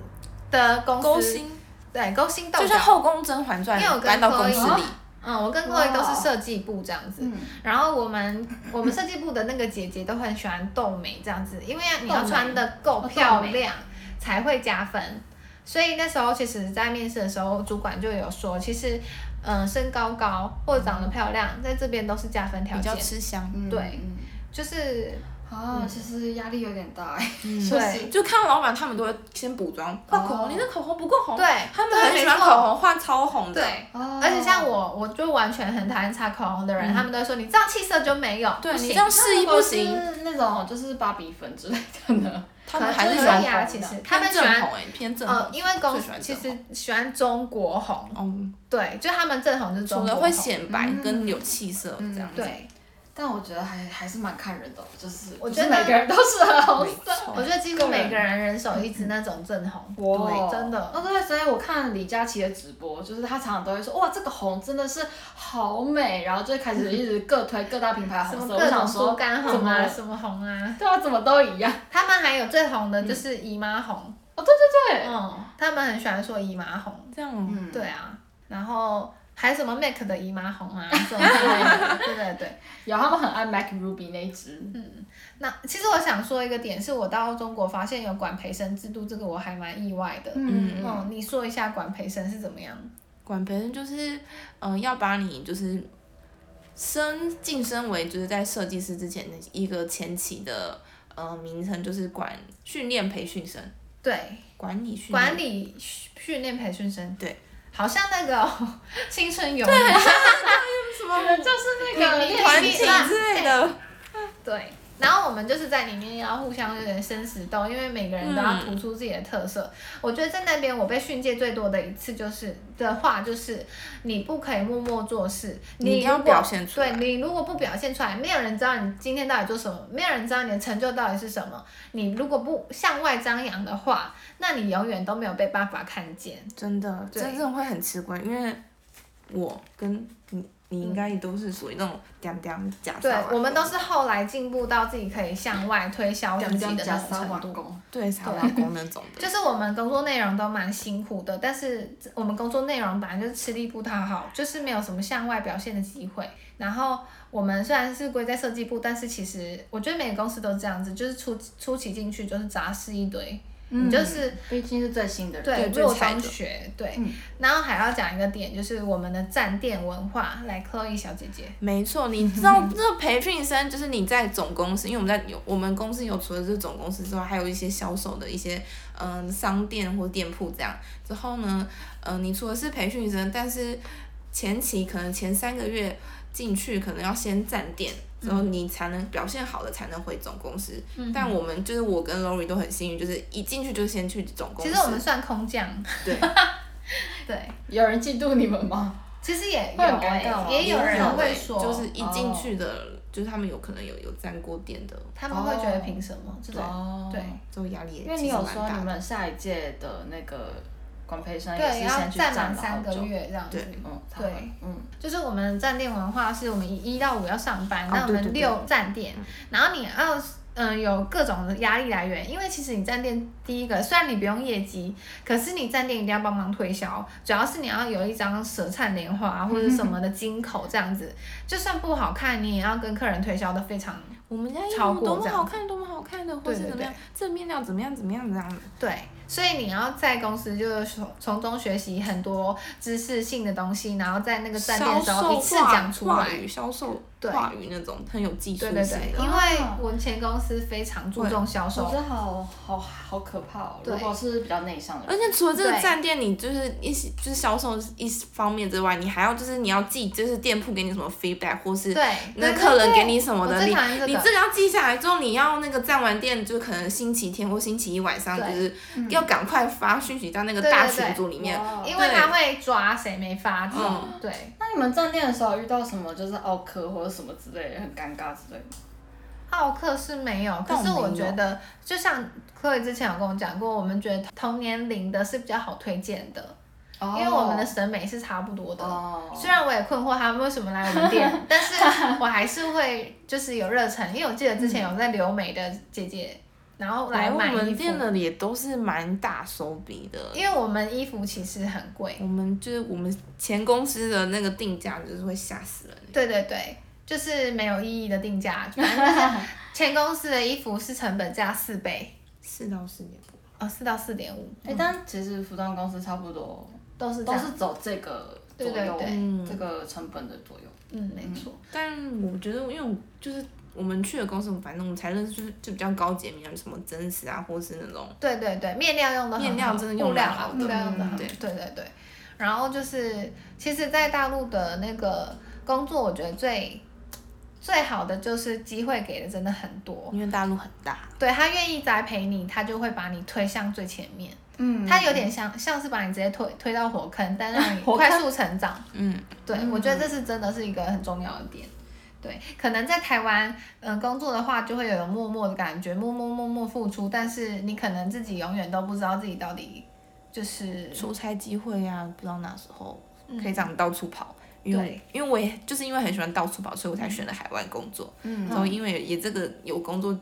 S1: 的公司，
S3: 勾心
S1: 对勾心斗
S3: 就
S1: 角，
S3: 像后宫甄嬛传
S1: 因为我跟
S3: 搬到公司
S1: 柯以
S3: 里，哦
S1: 嗯，我跟 Chloe 都是设计部这样子，
S2: 嗯，
S1: 然后我们我们设计部的那个姐姐都很喜欢斗美这样子，因为你要
S2: 斗美
S1: 穿的
S3: 哦
S1: 够漂亮才会加分。所以那时候其实，在面试的时候，主管就有说，其实，嗯、身高高或者长得漂亮，在这边都是加分条
S3: 比较
S1: 件，
S3: 吃香。
S2: 嗯
S1: 对，
S2: 嗯
S1: 就是
S2: 啊，其实压力有点大哎，
S3: 嗯
S2: 说实
S1: 对
S3: 就看到老板他们都会先补妆，画口红，
S2: 哦
S3: 你的口红不够红。
S1: 对
S3: 他们
S1: 对
S3: 很喜欢
S1: 没错
S3: 口红，画超红的。
S1: 对。
S2: 哦
S1: 而且像我，我就完全很讨厌擦口红的人，他们都会说你这样气色就没有，
S3: 嗯对
S1: 不
S3: 你
S1: 行
S3: 这样试衣不
S2: 或
S3: 行，
S2: 者是那种就是芭比粉之类的呢，
S3: 他们
S1: 可
S3: 还是
S1: 能
S3: 喜欢
S1: 可以啊
S3: 红的
S1: 其实他们
S3: 偏正
S1: 喜欢
S3: 红哎，偏正
S1: 呃，
S3: 红。
S1: 因为公
S3: 最喜欢
S1: 其
S3: 正
S1: 实喜欢中国红，
S3: 嗯，
S1: 对，就他们正红就是中
S3: 除
S1: 国
S3: 了
S1: 红，
S3: 会显白
S2: 嗯
S3: 跟有气色这样
S1: 嗯
S3: 子。
S1: 对，
S2: 但我觉得还还是蛮看人的，就是
S1: 我
S2: 不
S1: 觉
S2: 是
S1: 得
S2: 每个人都适合红色。
S1: 我觉得几乎每个人人手一支那种正红，
S2: 哇
S1: 对，真的。
S2: 哦对，所以我看李佳琦的直播，就是他常常都会说，哇，这个红真的是好美，然后就开始一直各推各大品牌
S1: 什么
S2: 红色。我
S1: 哦各
S2: 想
S1: 种
S2: 说
S1: 猪，肝
S2: 怎
S1: 红
S2: 么
S1: 啊，
S2: 了
S1: 什么红啊，
S2: 对啊，怎么都一样。
S1: 他们还有最红的就是姨妈红，
S2: 哦，对对对，
S1: 嗯，他们很喜欢说姨妈红，
S3: 这样哦
S2: 嗯，
S1: 对啊，然后还有什么 MAC 的姨妈红啊，这种之类的，对对对。
S2: 有他们很爱 Mac Ruby 那一只，
S1: 那其实我想说一个点，是我到中国发现有管培生制度，这个我还蛮意外的。
S3: 嗯
S1: 嗯，你说一下管培生是怎么样？
S3: 管培生就是，嗯、要把你就是升晋升为就是在设计师之前的一个前期的呃名称，就是管训练培训生，
S1: 对，
S3: 管理训练
S1: 管理训训练培训生，
S3: 对，
S1: 好像那个、 哦、青春有你。
S3: 什么
S2: 就是那
S1: 个
S2: 个
S3: 团
S1: 你
S3: 体
S1: 你那
S3: 之类的，
S1: 对，然后我们就是在里面要互相有点生死斗，因为每个人都要突出自己的特色。我觉得在那边我被训诫最多的一次就是的话就是，你不可以默默做事，
S3: 你一定
S1: 如
S3: 要
S1: 果
S3: 表现出来
S1: 对你如果不表现出来，没有人知道你今天到底做什么，没有人知道你的成就到底是什么。你如果不向外张扬的话，那你永远都没有被爸爸看见。
S3: 真的
S1: 对
S3: 真正会很吃亏，因为我跟你你应该也都是属于那种嗲嗲假
S1: 对
S3: 骚啊，
S1: 我们都是后来进步到自己可以向外推销自己的那种程度。
S2: 工，
S3: 对傻老公那种的，
S1: 就是我们工作内容都蛮辛苦的，但是我们工作内容本来就是吃力不讨好，就是没有什么向外表现的机会。然后我们虽然是归在设计部，但是其实我觉得每个公司都这样子，就是初初期进去就是杂事一堆，
S2: 嗯
S1: 你就是
S2: 毕竟是最新的人，
S1: 对
S3: 最
S1: 弱
S3: 菜
S1: 中
S3: 的
S1: 学对。
S2: 嗯
S1: 然后还要讲一个点，就是我们的站店文化，来 Chloe 小姐姐，
S3: 没错， 你知道这个培训生就是你在总公司，因为我们在有我们公司有除了这总公司之外，还有一些销售的一些嗯、商店或店铺这样。之后呢，嗯、你除了是培训生，但是前期可能前三个月进去，可能要先站店，之后你才能表现好的才能回总公司。
S1: 嗯
S3: 但我们就是我跟 Lori 都很幸运，就是一进去就先去总公
S1: 其
S3: 司。
S1: 实我们算空降，
S3: 对
S1: 对，
S2: 有人嫉妒你们吗？
S1: 其实也有、
S2: 会很尴尬吗
S1: 欸，也有人会说，
S3: 就是一进
S2: 哦
S3: 去的，就是他们有可能有有站过店的。
S1: 他们会觉得凭什么这种。
S2: 哦
S1: 对
S3: 就压力也
S2: 因为
S3: 其
S2: 你
S3: 实
S2: 有
S3: 蛮
S2: 说
S3: 大
S2: 你
S3: 的
S2: 们下一届的那个管培生也
S1: 对，啊
S2: 是
S1: 要
S2: 先去
S1: 站满
S2: 了
S1: 三
S2: 好
S1: 个
S2: 久，
S1: 月这样子
S3: 对。
S2: 嗯，才
S1: 对
S2: 会，嗯，
S1: 就是我们站店文化是我们一一到五要上班，那我
S3: 对对
S1: 们
S3: 对
S1: 六站店，然后你要嗯、有各种的压力来源，因为其实你站店第一个虽然你不用业绩，可是你站店一定要帮忙推销，主要是你要有一张舌灿莲花、或者什么的金口这样子，就算不好看，你也要跟客人推销的非常
S3: 我们家衣
S1: 超
S3: 服
S1: 过
S3: 多
S1: 这
S3: 么
S1: 样
S3: 好看，多么好看的，或
S1: 对
S3: 是
S1: 对
S3: 怎么样，正面料怎么样，怎么样，怎么样的。
S1: 对，所以你要在公司就是从从中学习很多知识性的东西，然后在那个站店
S3: 销
S1: 的时候
S3: 售
S1: 一次
S3: 话
S1: 讲出来
S3: 话。语销售
S1: 对
S3: 话语那种很有技术
S1: 对
S3: 性
S1: 对对，
S3: 的。
S1: 因为我前公司非常注重销
S2: 我
S1: 售
S2: 觉，得好好好可怕哦。
S1: 对
S2: 如果是比较内向的
S3: 而
S2: 人，
S3: 且除了这个
S1: 对
S3: 站店，你就是一些就是销售一方面之外，你还要就是你要记，就是店铺给你什么 feedback，或是
S1: 对，
S3: 那
S1: 对
S3: 客人
S1: 对
S3: 给你什么
S1: 我
S3: 的，
S1: 最
S3: 你
S1: 讨厌这
S3: 你
S1: 个
S3: 这个要记下来之后，你要那个站完店，就可能星期天或星期一晚上，就
S1: 对嗯
S3: 是要赶快发讯息到那个
S1: 对对
S3: 大
S1: 对
S3: 群组里面。
S2: 哇
S1: 因为
S3: 对
S1: 他会抓谁没发这种，
S3: 嗯
S1: 对，
S2: 那你们站店的时候遇到什么就是奥客或者什么之类的很尴尬之类的？
S1: 奥克是没有，可
S3: 但
S1: 是
S3: 我
S1: 我
S3: 没有
S1: 觉得就像 Chloe 之前有跟我讲过，我们觉得同年龄的是比较好推荐的，
S3: 哦
S1: 因为我们的审美是差不多的。
S2: 哦，
S1: 虽然我也困惑他们为什么来我们 店，但是我还是会就是有热忱，因为我记得之前有在留美的姐姐然后
S3: 来
S1: 来
S3: 我
S1: 买衣
S3: 们
S1: 服。
S3: 店的也都是蛮大手笔的，
S1: 因为我们衣服其实很贵，
S3: 我们就是我们前公司的那个定价就是会吓死人。
S1: 对对对，就是没有意义的定 价，反正就是前公司的衣服是成本价四倍，
S3: 四到四点多，
S1: 哦，四到四点五
S2: 哎、但其实服装公司差不多
S1: 都是这
S2: 都
S1: 样，
S2: 是走这个左
S1: 对对
S2: 右，
S1: 对
S3: 嗯
S2: 这个成本的左右。
S1: 嗯，没错，
S3: 但我觉得，因为我就是我们去的公司，反正我们才认识，就是就比较高级，什么真实啊，或是那种
S1: 对对对，面料用的
S3: 面料真的用
S1: 用
S3: 得
S1: 料
S3: 好
S1: 啊，
S3: 的
S1: 布料用的
S3: 嗯
S1: 很
S3: 对
S1: 对对对，然后就是其实，在大陆的那个工作，我觉得最最好的就是机会给的真的很多，啊
S3: 因为大陆很大，
S1: 对他愿意栽培你，他就会把你推向最前面。
S2: 嗯
S1: 它有点像像是把你直接推推到火坑，但让你
S2: 火坑
S1: 快速成长。
S3: 嗯，
S1: 对，我觉得这是真的是一个很重要的点。对，可能在台湾，嗯、工作的话就会有种默默的感觉，默默默默付出，但是你可能自己永远都不知道自己到底就是
S3: 出差机会啊，不知道那时候
S2: 嗯
S3: 可以这样到处跑。嗯因为
S1: 对
S3: 嗯因为我也就是因为很喜欢到处跑，所以我才选了海外工作。
S2: 嗯
S3: 然后因为也这个有工作，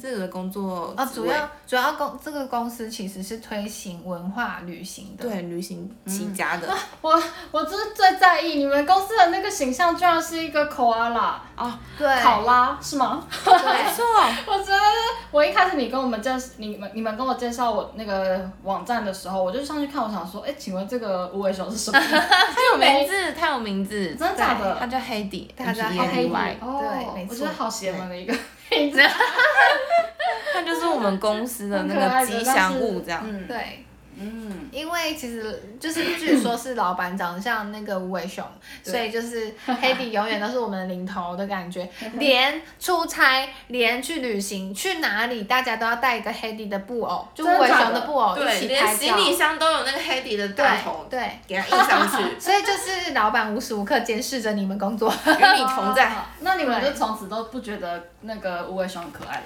S3: 这个工作
S1: 啊，
S3: 职
S1: 主
S3: 位
S1: 要主要公这个公司其实是推行文化旅行的。
S3: 对嗯旅行起家 的
S2: 我我就是最在意你们公司的那个形象，居然是一个考拉拉
S3: 啊，
S1: 对，
S2: 考拉是吗？
S3: 没错，
S2: 我觉得我一开始你跟我们介你们你们跟我介绍我那个网站的时候，我就上去看，我想说，哎，请问这个无尾熊是什么？
S3: 他有名字，他有名字，
S2: 真的假的
S3: 他叫黑底，
S1: 他叫
S3: H E
S1: 哦
S3: A
S1: 黑
S3: D
S1: 底
S3: Y，
S2: 哦，
S1: 对没错
S2: 我觉得好邪门的一个 名字，
S3: 他就是我们公司的那个吉祥物这样。
S2: 嗯
S1: 对，
S2: 嗯，
S1: 因为其实就是据说是老板长得像那个无尾熊，所以就是黑底永远都是我们的领头的感 觉，连出差、连去旅行、去哪里，大家都要带一个黑底的布偶，就无
S2: 真的
S1: 尾
S2: 假
S1: 熊
S2: 的
S1: 的布偶一
S3: 对，
S1: 起
S3: 连
S1: 拍
S3: 行
S1: 照。
S3: 李箱都有那个黑底的大头
S1: 对，对，
S3: 给他印上去，
S1: 所以就是老板无时无刻监视着你们工作，
S3: 与你 同在。
S2: 那你们
S1: 对
S2: 就从此都不觉得那个无尾熊很可爱了？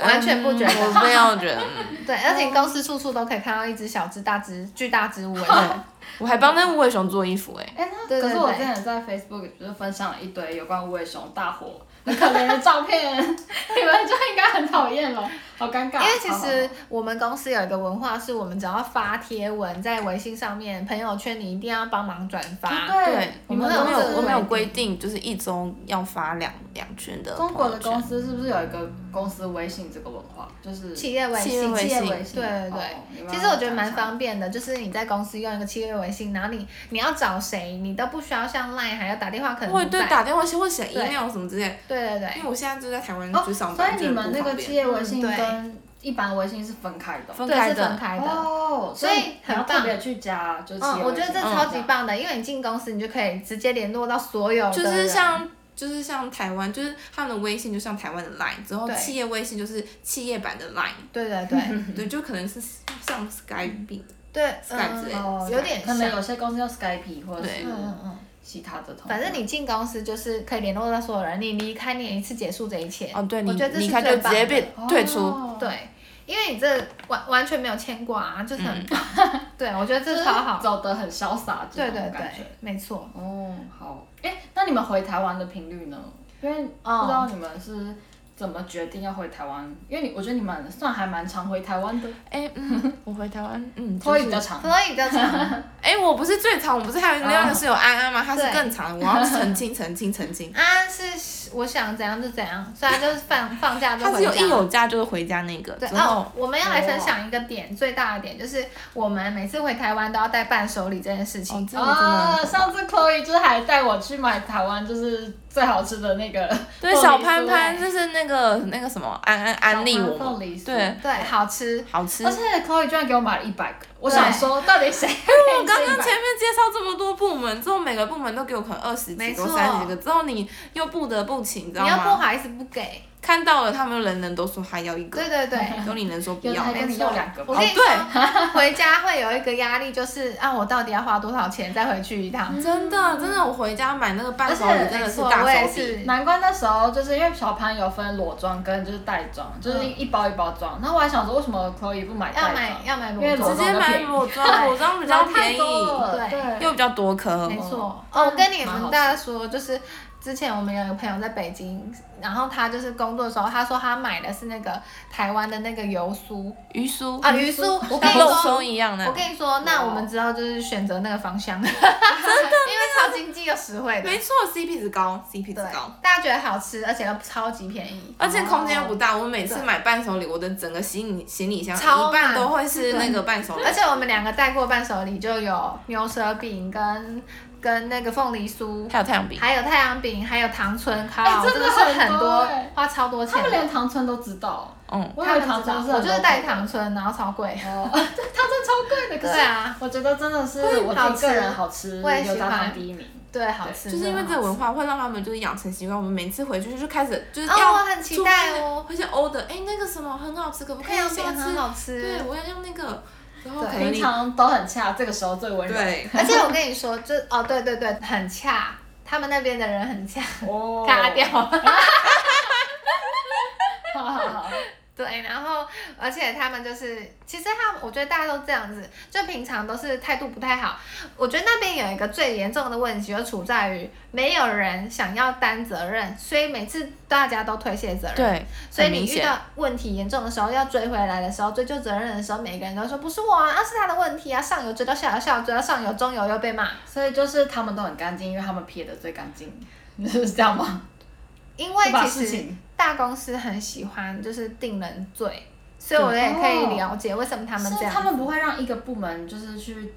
S1: 完全不觉得。
S3: 我没有觉得，
S1: 对，而且公司处处都可以看到一只小只、大只、巨大只无尾 熊。
S3: 我还帮那无尾熊做衣服哎，
S2: 哎，那
S1: 对对
S2: 可是我
S1: 对
S2: 之前在 Facebook 就是分享了一堆有关无尾熊大火很可怜的照片， 你们就应该很讨厌了，好尴尬。
S1: 因为其
S2: 好好
S1: 实我们公司有一个文化，是我们只要发贴文在微信上面、朋友圈，你一定要帮忙转
S2: 好
S1: 发。
S2: 啊
S3: 对
S2: 对，
S3: 我
S2: 你
S3: 们
S2: 们
S3: 都
S2: 公
S3: 没
S2: 司
S3: 有
S1: 公司
S3: 我们有
S1: 规
S3: 规定，就是一周要发两两圈的朋友
S2: 中
S3: 圈。
S2: 国的公司是不是有一个公司微信这个文化？就是
S1: 企业微
S3: 企业
S1: 信，
S3: 微信
S1: 对对
S2: 哦
S1: 对
S2: 你。们
S1: 其实我觉得蛮方便的，就是你在公司用一个企业微信，然后你你要找谁，你都不需要像 Line 还要打电话，可能
S3: 会
S1: 不
S3: 对
S1: 在
S3: 打电话或写
S1: 对
S3: email 什么之类的，
S1: 对对对
S3: 因为我现在就在台湾
S2: 哦，
S3: 就上
S2: 所
S3: 班，
S2: 以你们那个企
S3: 接
S2: 业微信
S1: 嗯对
S2: 跟一般微信是分开的哦。
S3: 分
S1: 对
S3: 开
S1: 是分
S3: 的，
S1: 开的。
S2: 哦，
S1: 所
S2: 所
S1: 以
S2: 以你要
S1: 很棒
S2: 特别去加，就是企业
S1: 嗯，我觉得
S2: 微
S1: 这
S2: 信
S1: 超级。棒的，因为你进公司，你就可以直接联络到所有的
S3: 就
S1: 人，
S3: 是像就是像台湾，就是他们的微信就像台湾的 Line，之后
S1: 对
S3: 企业微信就是企业版的 Line，
S1: 对对 对
S3: 对，就可能是像 Skype，
S1: 对，
S3: Skype 之类的
S1: 嗯，
S2: 哦，
S1: 有点
S2: 可能
S1: 像
S2: 有些公司用 Skype 或者
S3: 对
S2: 是
S1: 嗯嗯嗯。
S2: 其他的通。
S1: 反正你进公司就是可以联络到所有人，你离开你也一次结束这一切。
S3: 哦，对你
S1: 我觉得这
S3: 你
S1: 是
S3: 看就
S1: 最
S3: 直
S1: 棒
S3: 接
S1: 的。
S3: 被
S2: 哦
S3: 退出，
S1: 对，因为你这完完全没有牵挂、啊，就是很棒。
S3: 嗯
S1: 对，我觉得
S2: 就
S1: 这
S2: 是
S1: 超好。
S2: 走得很潇洒这
S1: 对
S2: 种
S1: 对
S2: 感觉。
S1: 对，没错。
S2: 哦，好，哎，那你们回台湾的频率呢？
S3: 哦
S2: 因为不知道你们是怎么决定要回台湾，因为你我觉得你们算还蛮常回台湾的，
S3: 哎、 嗯，我回台湾，嗯，就
S2: 所以
S3: 是
S2: 比较常。
S1: 所以就长
S3: 哎、我不是最长，我不是还有另外一个
S2: 哦
S3: 室友安安吗？他是
S1: 对
S3: 更长的，我要澄清澄清澄清，
S1: 安是我想怎样就怎样，所以他就是放放假就
S3: 他
S1: 回
S3: 是有
S1: 家。
S3: 一有假就是回家那个，
S1: 对
S3: 之后、
S1: 哦，我们要来分享一个点，最大的点就是我们每次回台湾都要带伴手礼这件事
S3: 哦
S1: 情，。
S3: 真的真的
S2: 啊，上次 Chloe 就是还带我去买台湾就是最好吃的那个凤
S3: 对，
S2: 梨酥
S3: 小潘潘就是那个那个什么安安安利
S2: 小
S3: 我
S2: 潘凤梨
S3: 们，
S2: 酥
S3: 对，
S1: 对，好吃。
S3: 好吃。
S2: 而且 Chloe 居然给我买了一百个，我想说到底谁？
S3: 哎我刚刚前面介绍这么多部门，之后每个部门都给我可能二十几
S1: 没
S3: 个、
S1: 错
S3: 三十个，之后你又不得不请，你知道
S1: 你要不
S3: 吗？
S1: 好意思不给，
S3: 看到了，他们人人都说还要一个
S1: 对，对对，
S3: 然后你能说不
S2: 有的
S3: 要
S2: 还
S3: 吗？
S2: 跟你要两个吧
S1: 我
S3: 哦
S1: 跟你，
S3: 对，
S1: 说，回家会有一个压力，就是啊，我到底要花多少钱再回去一趟？
S3: 真的真的，我回家买嗯那个伴手
S2: 而
S3: 礼
S2: 且
S3: 真的
S1: 没
S3: 是
S1: 错
S3: 大
S1: 我也
S3: 手笔。
S1: 是
S2: 难怪那时候就是因为小潘有分裸装跟就是袋装，就是一包一包装。然后我还想说，为什么 Chloe 不买
S1: 嗯要
S2: 袋
S1: 买
S2: 装？
S1: 要买
S2: 因为
S1: 裸
S3: 直
S1: 妆，
S3: 接买 裸妆，裸妆比较便
S2: 太
S3: 宜，
S2: 多了
S1: 对
S2: 对，
S3: 又比较多颗
S1: 没。错。
S2: 嗯
S1: 哦，我跟你
S2: 蛮好
S1: 们
S2: 吃
S1: 大家说，就是之前我们有一个朋友在北京，然后他就是工作的时候，他说他买的是那个台湾的那个油酥
S3: 鱼酥
S1: 啊，鱼酥。我跟
S3: 跟
S1: 你
S3: 哦肉
S1: 说
S3: 松，一样的哦
S1: 我。跟你说，那我们之后就是选择那个方向，因为 超经济又实惠的
S4: 没。错，CP 值高，CP 值
S1: 对
S4: 高。，
S1: 大家觉得好吃，而且又超级便宜。
S4: 而且空间又不大，我每次买伴手礼，我的整个行李行李箱
S1: 超
S4: 一半
S1: 满
S4: 都会是那个伴手礼
S1: 而。且我们两个带过伴手礼就有牛舌饼跟跟那个凤梨酥，
S3: 还有太阳饼，
S1: 还有太阳饼，还有糖春烤，
S2: 哎真
S1: 真
S2: 的
S1: 是
S2: 很
S1: 很
S2: 多
S1: 多
S2: 哎，
S1: 花超多
S2: 他
S1: 钱
S2: 们连
S1: 的。
S2: 糖村都知道。
S3: 嗯，
S2: 我以
S1: 他
S2: 为
S1: 们
S2: 糖
S1: 知道
S2: 村是
S1: 我
S2: 很
S1: 就
S2: 多
S1: 是带
S2: 口味
S1: 糖村，然后超贵。
S2: 哦， 对，糖真超贵的。可是
S1: 对啊，
S2: 我觉得真的是
S1: 嗯
S2: 我
S1: 好
S2: 自己
S1: 吃
S2: 个人好吃，
S1: 我也喜
S2: 油炸
S1: 欢
S2: 糖第一名。
S1: 对，好吃。
S4: 就是因为这
S1: 真的
S4: 个文化会让他们就是养成习惯，我们每次回去就开始就是
S1: 哦
S4: 要
S1: 我很期待哦
S4: 出去而且 order 哎那个什么很好吃，可不
S1: 好
S4: 可
S1: 吃太
S4: 以
S1: 阳
S4: 下
S1: 饼很
S4: 次？
S1: 好吃。
S4: 对，我要用那个，然后
S1: 对
S4: 可能
S2: 平
S4: 你
S2: 常都很恰，这个时候最温柔。
S4: 对，
S1: 而且我跟你说，就哦，对对对，很恰，他们那边的人很恰，
S2: 哦
S1: 卡掉。
S2: 好好好，
S1: 对，然后而且他们就是，其实他们我觉得大家都这样子，就平常都是态度不太好。我觉得那边有一个最严重的问题，就处在于没有人想要担责任，所以每次大家都推卸责任。
S3: 对，
S1: 所以
S3: 很明
S1: 你遇
S3: 显
S1: 到问题严重的时候，要追回来的时候，追究责任的时候，每个人都说不是我啊，啊是他的问题啊，上游追到下游，下游追到上游，中游又被骂，
S2: 所以就是他们都很干净，因为他们撇的最干净， 是这样吗？
S1: 因为
S2: 就把
S1: 其
S2: 事
S1: 实
S2: 情
S1: 大公司很喜欢就是定人罪，所以我也可以
S2: 哦
S1: 了解为什么他们这
S2: 是
S1: 样。
S2: 他们不会让一个部门就是去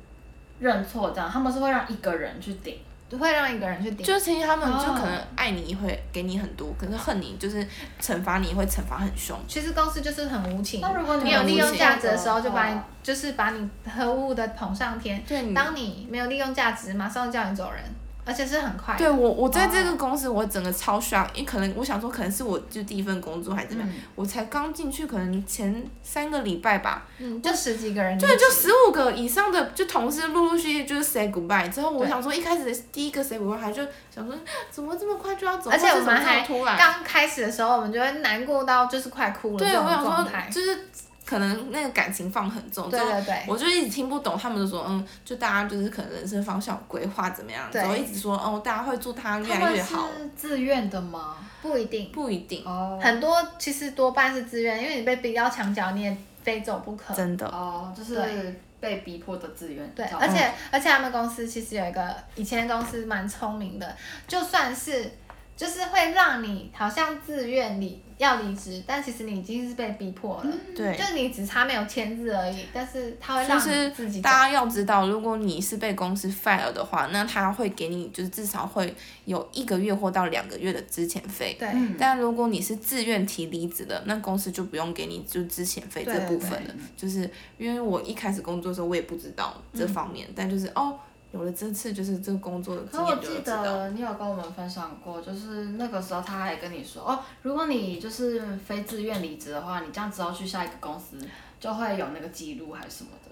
S2: 认错这样，他们是会让一个人去顶。
S1: 会让一个人去顶。
S3: 就其实他们
S2: 哦
S3: 就
S1: 嗯
S3: 可能爱你会给你很多，可是恨你就是惩罚你会惩罚很凶。
S1: 其实公司就是很无情，
S2: 那如果你
S1: 你有
S2: 很
S1: 利
S2: 无
S1: 用
S2: 情
S1: 价
S2: 的
S1: 值的时候，就把你
S2: 话哦
S1: 就是把你何物的捧上天。
S3: 对
S2: 嗯
S3: 你
S1: 当你没有利用价值，马上就叫你走人，而且是很快的。
S3: 对我，我在这
S1: 哦
S3: 个公司，我整个超 shock，因为可能我想说，可能是我就第一份工作还是怎么样，
S1: 嗯
S3: 我才刚进去，可能前三个礼拜吧，
S1: 嗯，就十几个人离职，
S3: 对，就十五个以上的就同事陆陆续续就是 say goodbye 之后，我
S1: 对
S3: 想说一开始第一个 say goodbye 还就想说啊怎么这么快就要走，
S1: 而且
S3: 或
S1: 我
S3: 是怎
S1: 们
S3: 么这
S1: 还
S3: 么突然，
S1: 刚开始的时候，我们就会难过到就是快哭了
S3: 对，
S1: 这种
S3: 我想
S1: 状
S3: 说
S1: 态。
S3: 就是可能那个感情放很重，
S1: 对
S3: 之后
S1: 对对，
S3: 我就一直听不懂，他们就说，嗯，就大家就是可能人生方向规划怎么样，
S1: 对
S3: 然后一直说，哦，大家会祝他越
S2: 他
S3: 来
S2: 们
S3: 越
S2: 是
S3: 好，
S2: 自愿的吗？
S1: 不一定，
S3: 不一定，
S2: 哦
S1: 很多其实多半是自愿，因为你被逼到墙角，你也非走不可。
S3: 真的，
S2: 哦，就是
S1: 对
S2: 被逼迫的自愿。
S1: 对，
S2: 这样
S1: 而且而且他们公司其实有一个以前的公司蛮聪明的，就算是就是会让你好像自愿离要离职，但其实你已经是被逼迫了，
S3: 对
S1: 就。你只差没有签字而已，但是他会
S3: 嗯就
S1: 让
S3: 是
S1: 你自己走
S3: 大。家要知道，如果你是被公司 fire 的话，那他会给你就是至少会有一个月或到两个月的资遣费。
S1: 对，
S2: 嗯
S3: 但如果你是自愿提离职的，那公司就不用给你就资遣费这
S1: 对
S3: 部分了。
S2: 对
S3: 就是因为我一开始工作的时候，我也不知道这方面，但就是哦，有了这次就是这个工作的
S2: 可是
S3: 经
S2: 我
S3: 验就
S2: 记
S3: 知道。
S2: 得你有跟我们分享过，就是那个时候他还跟你说，哦，如果你就是非自愿离职的话，你这样之后去下一个公司就会有那个记录还是什么的，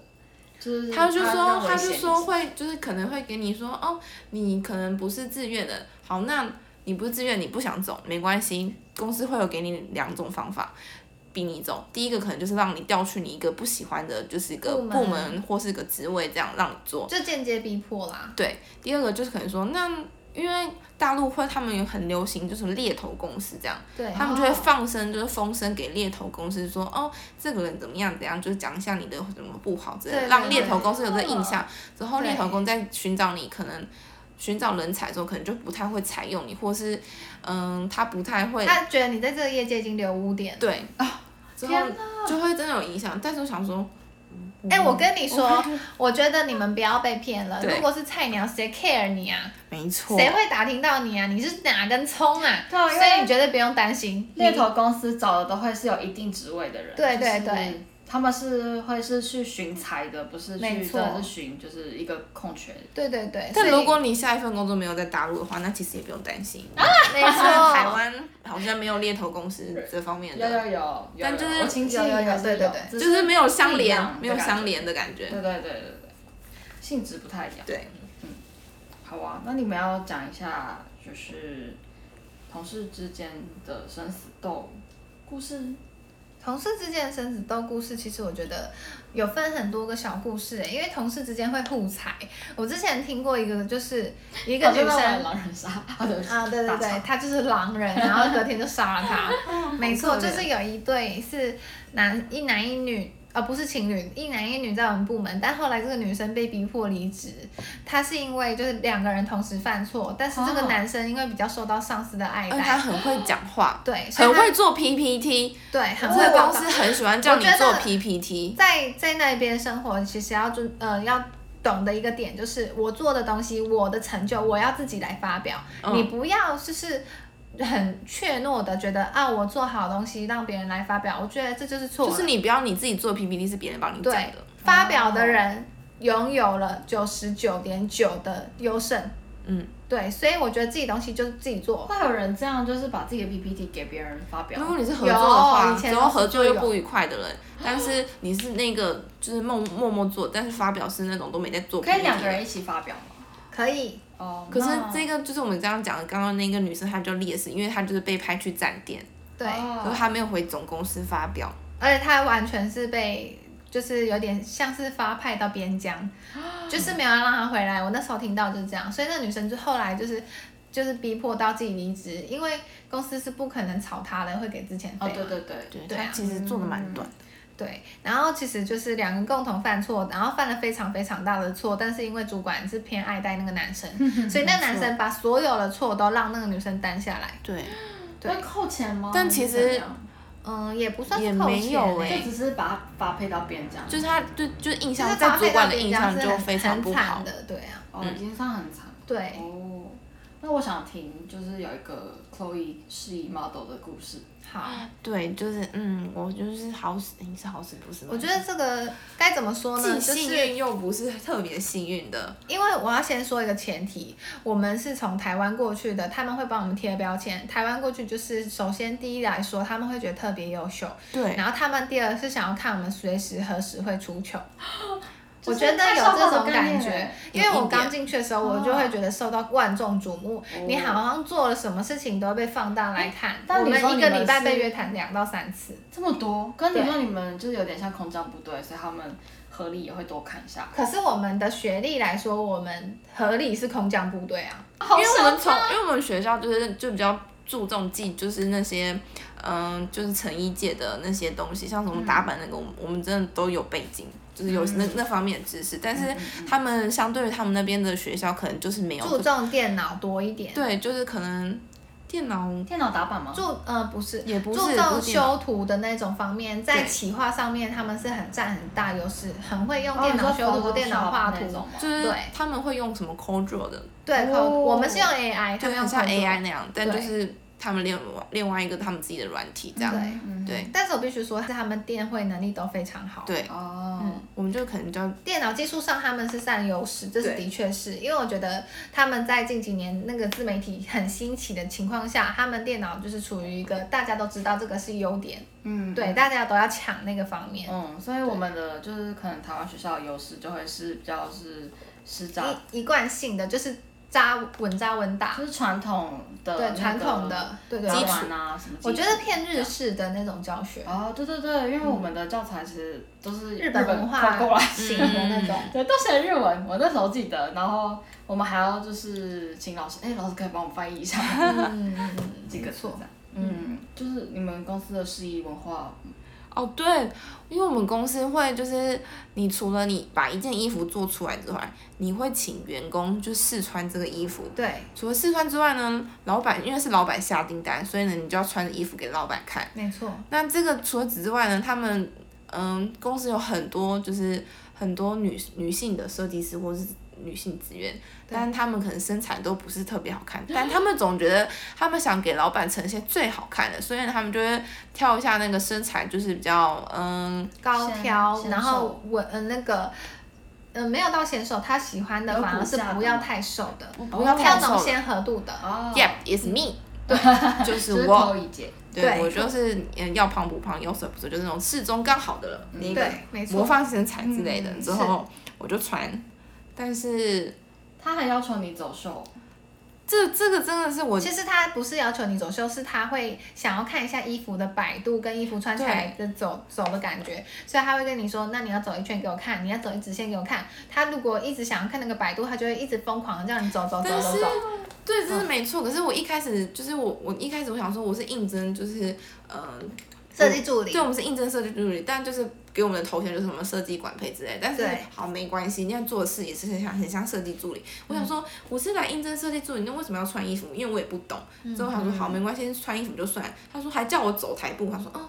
S2: 就是
S3: 他就说，
S2: 会
S3: 他就
S2: 写
S3: 说
S2: 你
S3: 会，就是可能会给你说，哦，你可能不是自愿的，好，那你不是自愿，你不想走，没关系，公司会有给你两种方法逼你走。第一个可能就是让你调去你一个不喜欢的，就是一个
S1: 部门
S3: 部门或是一个职位，这样让你做。
S1: 就间接逼迫啦。
S3: 对，第二个就是可能说，那因为大陆会他们有很流行就是猎头公司这样，
S1: 对，
S3: 他们就会放声就是风声给猎头公司说，哦，这个人怎么样怎样，就是讲一下你的什么不好之类
S1: 对
S3: 的，
S1: 对
S3: 让
S1: 对
S3: 猎头公司有这个印象。之后
S1: 对
S3: 猎头公司在寻找你可能。寻找人才的时候，可能就不太会采用你，或是，嗯，他不太会，
S1: 他哦觉得你在这个业界已经留污点了。
S3: 对啊，之后
S2: 天
S3: 就会真的有影响。但是我想说，
S1: 哎、我跟你说，我觉得你们不要被骗了。
S3: 对
S1: 如果是菜鸟，谁 care 你啊？
S3: 没错，
S1: 谁会打听到你啊？你是哪根葱啊？
S2: 对啊因为
S1: 所以你绝对不用担心。
S2: 猎头公司找的都会是有一定职位的人，
S1: 对对
S2: 就是
S1: 对
S2: 他们是会是去寻才的，不是去
S1: 没错
S2: 真的是寻就是一个空缺。
S1: 对对对。所
S3: 但
S1: 以
S3: 如果你下一份工作没有在大陆的话，那其实也不用担心。
S1: 没
S3: 虽然
S1: 错，
S3: 台湾好像没有猎头公司这方面
S2: 哦有有
S3: 的，
S2: 有有，
S3: 但就是
S2: 有我亲戚
S1: 有有有
S2: 还是
S1: 对对
S2: 有
S1: 对
S2: 只
S3: 就是没有相
S2: 不一
S3: 连
S2: 样的，
S3: 没有
S2: 感
S3: 相
S2: 觉
S3: 连的感觉。
S2: 对对对对对，性质不太一样。
S3: 对，
S2: 好啊，那你们要讲一下就是同事之间的生死斗故事，
S1: 同事之间的生死斗故事，其实我觉得有分很多个小故事、欸，因为同事之间会互踩。我之前听过一个，就是
S3: 哦
S1: 一个女
S2: 我知道我
S1: 生
S2: 有。狼人杀，好的，
S1: 啊，对对
S5: 大吵
S1: 对，他就是狼人，然后隔天就杀了
S3: 哦
S1: 他。没错，
S5: 可
S1: 就
S5: 怜
S1: 是有一对是男一男一女，呃，不是情侣，一男一女在我们部门，但后来这个女生被逼迫离职，她是因为就是两个人同时犯错，但是这个
S5: 哦
S1: 男生因为比较受到上司的爱
S3: 而且哦他
S1: 戴，
S3: 很会讲话，
S1: 对，所以
S3: 很
S1: 他
S3: 会做 PPT，
S1: 对，
S3: 这
S1: 很会
S3: 个
S1: 报
S3: 公
S1: 告
S3: 司很喜欢叫你
S1: 我觉
S3: 做
S1: 得
S3: PPT。
S1: 在在那边生活，其实要尊呃要懂的一个点就是，我做的东西，我的成就，我要自己来发表，
S3: 嗯
S1: 你不要就是。很怯懦的觉得啊，我做好东西让别人来发表，我觉得这就是错
S3: 就
S1: 了。
S3: 是你不要你自己做 PPT，是别人帮你讲
S1: 对
S3: 的。
S1: 发表
S3: 哦
S1: 的人拥有了九十九点九的优胜，
S3: 嗯，
S1: 对，所以我觉得自己东西就是自己做，
S2: 会有人这样，就是把自己的 PPT 给别人发表
S3: 如。果你是合作的话
S1: 有以，前
S3: 只要合作又
S1: 有
S3: 不愉快的人，
S2: 哦
S3: 但是你是那个就是默默默做，但是发表是那种都没在做 PPT
S2: 可
S3: 的。
S2: 以两个人一起发表吗？
S1: 可以
S2: 哦，
S3: 可是
S2: 那
S3: 这个就是我们刚刚讲的，刚刚那个女生她就劣势，因为她就是被派去站店，
S1: 对，
S3: 然后
S2: 哦
S3: 她没有回总公司发表。
S1: 而且他完全是被，就是有点像是发派到边 疆，就是没有让他回来。我那时候听到就是这样，所以那女生就后来就是就是逼迫到自己离职，因为公司是不可能炒她的，会给之前费
S2: 哦，
S1: 嘛。
S2: 对对对，
S3: 对，
S1: 对啊
S3: 她其实做的蛮短的。
S1: 对，然后其实就是两个共同犯错，然后犯了非常非常大的错，但是因为主管是偏爱戴那个男 生，所以那男生把所有的错都让那个女生担下来。
S3: 对，
S1: 对
S2: 会扣钱吗？
S3: 但其实
S2: 还是怎样
S1: 嗯，也不算
S3: 也
S1: 是扣
S3: 没
S1: 钱
S3: 有
S1: 欸
S3: 欸
S2: 就只是把发配到别人家，
S3: 就是她就就印
S1: 就是
S3: 象在
S1: 发
S3: 主
S1: 配
S3: 管
S1: 到
S3: 的
S1: 边
S3: 印
S1: 疆
S3: 象
S1: 是
S3: 就
S1: 很
S3: 非常
S1: 很
S3: 不
S1: 惨
S3: 好。
S1: 的，对啊，
S2: 哦，已经算很惨。
S1: 对。
S2: 哦，那我想听就是有一个 Chloe 示意 model 的故事，
S1: 好，
S3: 对，就是嗯，我就是好死，你是好死不死吗。
S1: 我觉得这个该怎么说呢？
S3: 既
S1: 就
S3: 幸
S1: 是
S3: 运又不是特别幸运的，
S1: 因为我要先说一个前提，我们是从台湾过去的，他们会帮我们贴标签。台湾过去就是首先第一来说，他们会觉得特别优秀，
S3: 对，
S1: 然后他们第二是想要看我们随时何时会出糗。我
S2: 就
S1: 觉
S2: 是
S1: 得有这种感
S2: 太受到的概
S1: 觉
S2: 念，
S1: 因为我
S3: 有一点
S1: 刚进去的时候，我就会觉得受到万众瞩目，你好像做了什么事情都会被放大来看。
S2: 哦哎但
S1: 我
S2: 你
S1: 们
S2: 说
S1: 一
S2: 你
S1: 个
S2: 们
S1: 礼拜被
S2: 是
S1: 约谈两到三次，
S2: 这么多，跟你
S1: 对
S2: 说你们就是有点像空降部队，所以他们合力也会多看一下。
S1: 可是我们的学历来说，我们合理是空降部队啊。
S2: 好
S3: 因为我们
S2: 想
S3: 从因为我们学校就是就比较注重记，就是那些嗯、就是成衣界的那些东西，像什么打
S1: 嗯
S3: 板那个，我们我们真的都有背景。就是有那那方面的知识，但是他们相对于他们那边的学校，可能就是没有
S1: 嗯注重电脑多一点。
S3: 对，就是可能电脑
S2: 电脑打板吗？
S1: 注呃不是，
S3: 也不是
S1: 注重
S3: 不是电脑
S1: 修图的那种方面，在
S3: 对
S1: 企划上面他们是很占很大优势，很会用
S2: 哦
S1: 电
S2: 你
S1: 脑
S2: 说
S1: 修图、
S2: Photoshop
S1: 电脑画图
S2: 那。种吗
S3: 就是
S1: 对
S3: 他们会用什么 CorelDRAW 的，
S1: 对，
S2: 哦
S1: 可我们是用 AI，他
S3: 就
S1: 们
S3: 很
S1: 用
S3: 像
S1: Photoshop
S3: AI 那样，但就
S1: 对
S3: 是他们另外另外一个他们自己的软体这样。
S1: 对
S2: 嗯
S3: 对
S1: 但是我必须说，他们电绘能力都非常好。
S3: 对，
S2: 哦，
S1: 嗯
S3: 我们就可能比较
S1: 电脑技术上他们是占优势，这是
S3: 对
S1: 的确是因为我觉得他们在近几年那个自媒体很兴起的情况下，他们电脑就是处于一个大家都知道这个是优点，
S2: 嗯，
S1: 对，大家都要抢那个方面。
S2: 嗯，所以我们的就是可能台湾学校的优势就会是比较是师长，啊
S1: 一一贯性的就是扎稳扎稳打，
S2: 就是传统的那
S1: 对
S2: 个
S1: 传统的，对对
S2: 基
S1: 对。
S2: 础啊什么基础。
S1: 我觉得偏日式的那种教学，
S2: 哦，对对对，因为我们的教材其实都是
S1: 日本文化
S2: 跨过来，
S1: 型的那种。
S2: 对，都写日文。我那时候记得，然后我们还要就是请老师，哎，老师可以帮我翻译一下
S1: 嗯，
S2: 这个
S1: 没错
S2: 字这样。嗯，就是你们公司的示意文化，
S3: 哦，对，因为我们公司会就是，你除了你把一件衣服做出来之外，你会请员工就试穿这个衣服。
S1: 对，
S3: 除了试穿之外呢，老板因为是老板下订单，所以呢，你就要穿着衣服给老板看。
S1: 没错，
S3: 那这个除了此之外呢，他们嗯，公司有很多就是很多女女性的设计师或是女性职员，但他们可能身材都不是特别好看，但他们总觉得他们想给老板呈现最好看的，所以呢他们就会挑一下那个身材就是比较嗯
S1: 高
S2: 纤
S1: 挑，
S2: 纤
S1: 然后
S2: 瘦
S1: 稳，呃，那个，呃，没有到显瘦，他喜欢的
S2: 有
S1: 反而
S2: 骨
S1: 是
S2: 架的
S1: 不要
S2: 吗
S1: 太瘦的，
S3: 不要
S1: 跳那
S3: 太瘦
S1: 种
S3: 了。
S1: 鲜合度的。
S2: 哦
S3: Yep，it's me，对，就
S2: 就是是
S3: 我，
S2: 扣一节，
S3: 对
S1: 对
S3: 我就是嗯要胖不胖，要瘦不瘦，就是那种适中刚好的了，那个
S1: 嗯对，没
S3: 模
S1: 错，
S3: 范身材之类的。
S2: 嗯
S3: 之后我就穿，但是
S2: 他还要求你走秀，
S3: 这这个真的是我
S1: 其实他不是要求你走秀，是他会想要看一下衣服的摆度跟衣服穿起来的走走的感觉，所以他会跟你说，那你要走一圈给我看，你要走一直线给我看。他如果一直想要看那个摆度，他就会一直疯狂的叫你走走走
S3: 但
S1: 走
S3: 是
S1: 走。
S3: 对，这是没错。可是我一开始就是我，我一开始我想说我是应征，就是呃，
S1: 设计助理
S3: 对，我们是应征设计助理，但就是给我们的头衔就是什么设计管培之类的。但是
S1: 对
S3: 好没关系，你要做的事也是很像很像设计助理。我想说我是来应征设计助理，那为什么要穿衣服？因为我也不懂。之后我想说好没关系，穿衣服就算了。他说还叫我走台步，他说哦、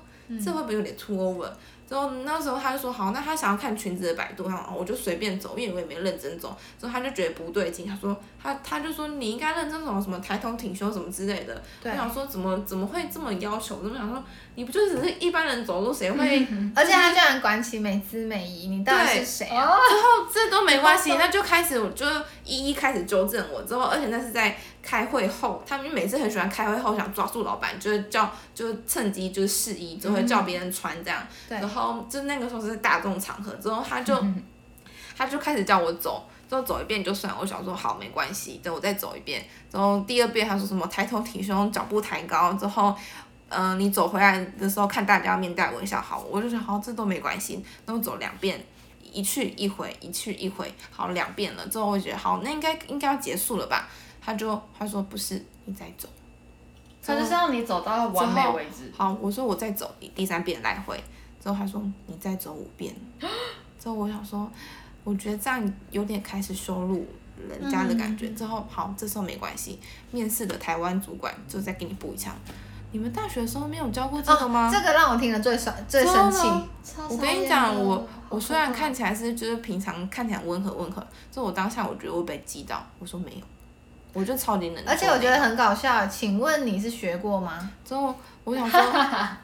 S3: 这会不会有点 too over？之后那时候他就说好，那他想要看裙子的摆度，他说哦我就随便走，因为我也没认真走。之后他就觉得不对劲，他说他他就说你应该认真走，什么抬头挺胸什么之类的。我
S1: 对
S3: 想说怎么怎么会这么要求？我就想说你不就只是一般人走路谁会？
S1: 嗯而且他居然管起美姿美仪，你到底是谁
S3: 哦
S1: 啊？
S2: 哦
S3: 这都没关系，那就开始我就一一开始纠正我之后，而且那是在开会后，他们每次很喜欢开会后想抓住老板，就是叫就是趁机就是试衣，就会叫别人穿这样。
S1: 对
S3: 然后就那个时候是大众场合，之后他就、他就开始叫我走。之后走一遍就算，我想说好没关系，等我再走一遍。然后第二遍他说什么抬头挺胸，脚步抬高，之后嗯、呃你走回来的时候看大家面带微笑，好，我就觉得好，这都没关系。那我走两遍，一去一回，一去一回，好两遍了。之后我就觉得好，那应该应该要结束了吧？他就他说不是，你再走。
S2: 他就是让你走到完美为止。
S3: 好，我说我再走第三遍来回。之后他说你再走五遍。之后我想说，我觉得这样有点开始羞辱人家的感觉。之后好，这时候没关系，面试的台湾主管就再给你补一枪。你们大学的时候没有教过这个吗？
S1: 哦这个让我听了最爽最生气
S3: 真。的吗
S2: 超
S3: 我
S2: 傻
S3: 跟你
S2: 眼
S3: 讲，
S2: 的
S3: 我我虽然，
S2: 好可
S3: 看起来是就是平常看起来温和温和，就我当下我觉得我被击到，我说没有，我就超级冷静。
S1: 而且我觉得
S3: 没有
S1: 很搞笑，请问你是学过吗？
S3: 之后，我想说，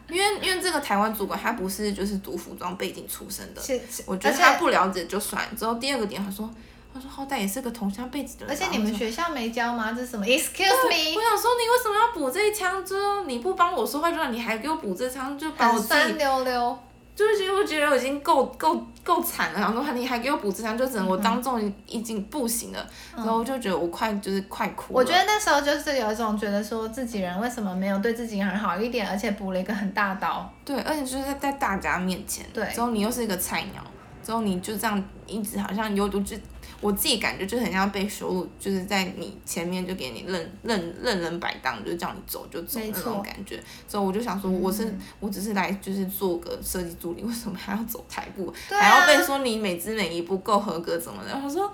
S3: 因为因为这个台湾主管他不是就是读服装背景出身的，
S1: 是，
S3: 我觉得
S1: 而且
S3: 他不了解就算。之后第二个点，他说他说好歹也是个同乡背景的人吧，
S1: 而且你们
S3: 我说
S1: 学校没教吗？这是什么？Excuse
S3: 我
S1: me，
S3: 想说，你为什么要补这一枪？就是你不帮我说话，就让你还给我补这枪，就把我
S1: 很
S3: 自己
S1: 酸溜溜。
S3: 就是觉得我觉得我已经够够够惨了，然后你还给我补这枪，就
S1: 嗯
S3: 整个我当众已经不行了，然后我就觉得我快就是快哭了。
S1: 我觉得那时候就是有一种觉得说自己人为什么没有对自己很好一点，而且补了一个很大刀。
S3: 对，而且就是在在大家面前，
S1: 对
S3: 之后你又是一个菜鸟，之后你就这样一直好像有我就我自己感觉就很像被羞辱，就是在你前面就给你任任任人摆荡，就叫你走就走
S1: 没
S3: 那
S1: 错嗯
S3: 种感觉。之后我就想说，我是、我只是来就是做个设计助理，为什么还要走台步，
S1: 对啊
S3: 还要被说你每支每一不够合格怎么的？我说 啊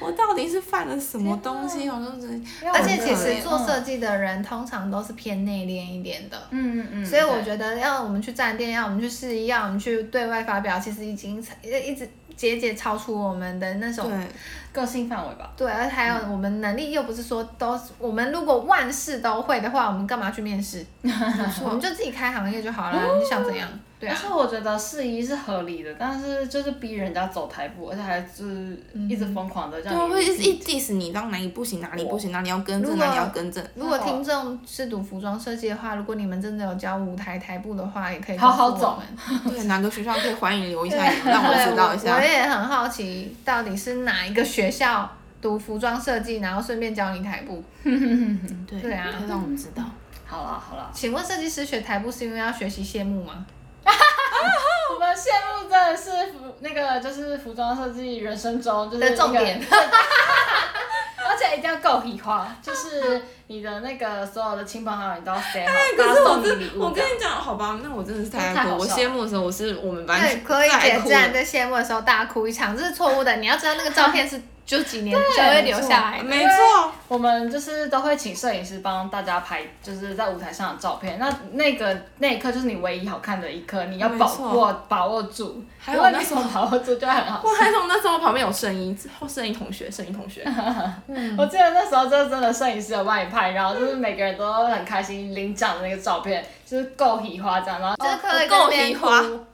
S3: 我到底是犯了什么东西？我说真的
S1: 而且其
S3: 很可
S1: 实
S3: 怜
S1: 做设计的人通常都是偏内敛一点的，
S2: 嗯嗯嗯，
S1: 所以我
S2: 对
S1: 觉得要我们去站店，要我们去试衣，要我们去对外发表，其实已经一直节节超出我们的那种
S3: 对。
S2: 个性范围吧。
S1: 对，而且还
S2: 嗯
S1: 有我们能力又不是说都是，我们如果万事都会的话，我们干嘛去面 试？我们就自己开行业就好了，
S2: 哦
S1: 你想怎样？对
S2: 而
S1: 啊，
S2: 且我觉得试衣是合理的，但是就是逼人家走台步，而且还是一直疯狂的
S3: 对
S1: 嗯
S3: 啊，
S2: 让你
S3: 会一直一 diss 你，让哪里不行，哪里不行，哪里要更
S1: 如
S3: 正，
S1: 果
S3: 哪里要更正。
S1: 如
S2: 哦
S1: 果听众是读服装设计的话，如果你们真的有教舞台台步的话，也可以
S2: 好好
S1: 告诉我们
S3: 对，哪个学校可以欢迎留一下言，让 我知
S1: 对，
S3: 道一
S1: 我
S3: 下。
S1: 也很好奇，到底是哪一个学校读服装设计，然后顺便教你台步？
S3: 对
S1: 对啊
S3: 可以让我们知道。
S2: 好了好了，
S1: 请问设计师学台步是因为要学习谢幕吗？
S2: 我们羡慕真的是服那个就是服装设计人生中就是一
S1: 的
S2: 个
S1: 重点，
S2: 而且一定要够皮花，就是你的那个所有的亲朋好友你都要 say 好，
S3: 可
S2: 大
S3: 是
S2: 家
S3: 我
S2: 送你
S3: 真
S2: 礼，物
S3: 我
S2: 这
S3: 跟
S2: 样。
S3: 你讲，好吧，那我真的是太
S2: 太
S3: 爱
S2: 好
S3: 哭。我
S2: 笑
S3: 谢幕的时候，我是我们班
S1: 对，可以
S3: 最爱
S1: 姐
S3: 哭
S1: 这样
S3: 的。
S1: 在谢幕的时候大哭一场，这是错误的。你要知道那个照 片是就几年就会留下来的。
S3: 没错，
S2: 我们就是都会请摄影师帮大家拍，就是在舞台上的照片。那那个那一刻就是你唯一好看的一刻，你要
S3: 没
S2: 把
S3: 错
S2: 握把握住。
S3: 还
S2: 如
S3: 有
S2: 果
S3: 那
S2: 你
S3: 时
S2: 什么把握住，就会很好
S3: 我。还从那时候旁边有声音，之后声音同学，声音同学，嗯
S2: 我记得那时候就真的摄影师有帮你拍，然后就是每个人都很开心领奖的那个照片，就是够喜花这样。然后
S1: 就是可以在
S3: 哦够
S1: 那边
S3: 移花
S1: 哭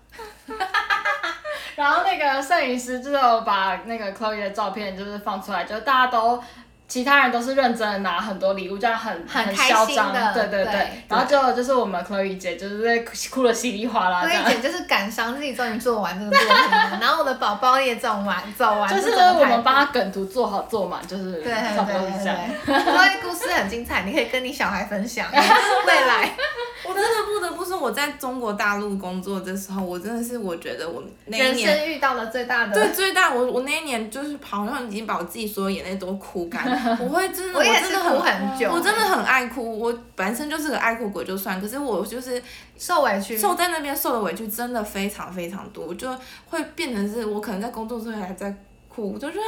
S2: 然后那个摄影师就是有把那个 Chloe 的照片就是放出来，就是大家都其他人都是认真的拿很多礼物，这样很
S1: 很开
S2: 嚣
S1: 心
S2: 张
S1: 的，
S2: 对对
S1: 对
S2: 然后就就是我们 Chloe 姐就是在哭哭的稀里哗啦
S1: 所
S2: 这样
S1: 以。姐就是感伤自己终于做完这个作品 了，然后我的宝宝也走完走完，
S2: 就是
S1: 这种
S2: 我
S1: 态
S2: 们
S1: 度
S2: 帮他梗图做好做满，就是
S1: 对
S2: 差不多是这样。
S1: 对对对对，所以故事很精彩，你可以跟你小孩分享， 未来
S3: 我真的不得不说，我在中国大陆工作的时候，我真的是我觉得我那一
S1: 人
S3: 年
S1: 生遇到了最大的。
S3: 对，最大我我那一年就是跑，然后已经把我自己所有眼泪都哭干。我会真的，
S1: 我也
S3: 真
S1: 是
S3: 的
S1: 哭
S3: 很，
S1: 很久，欸
S3: 我真的很爱哭。我本身就是个爱哭鬼，就算，可是我就是
S1: 受委屈。
S3: 受在那边受的委屈真的非常非常多，我就会变成是我可能在工作之后还在哭，我就觉得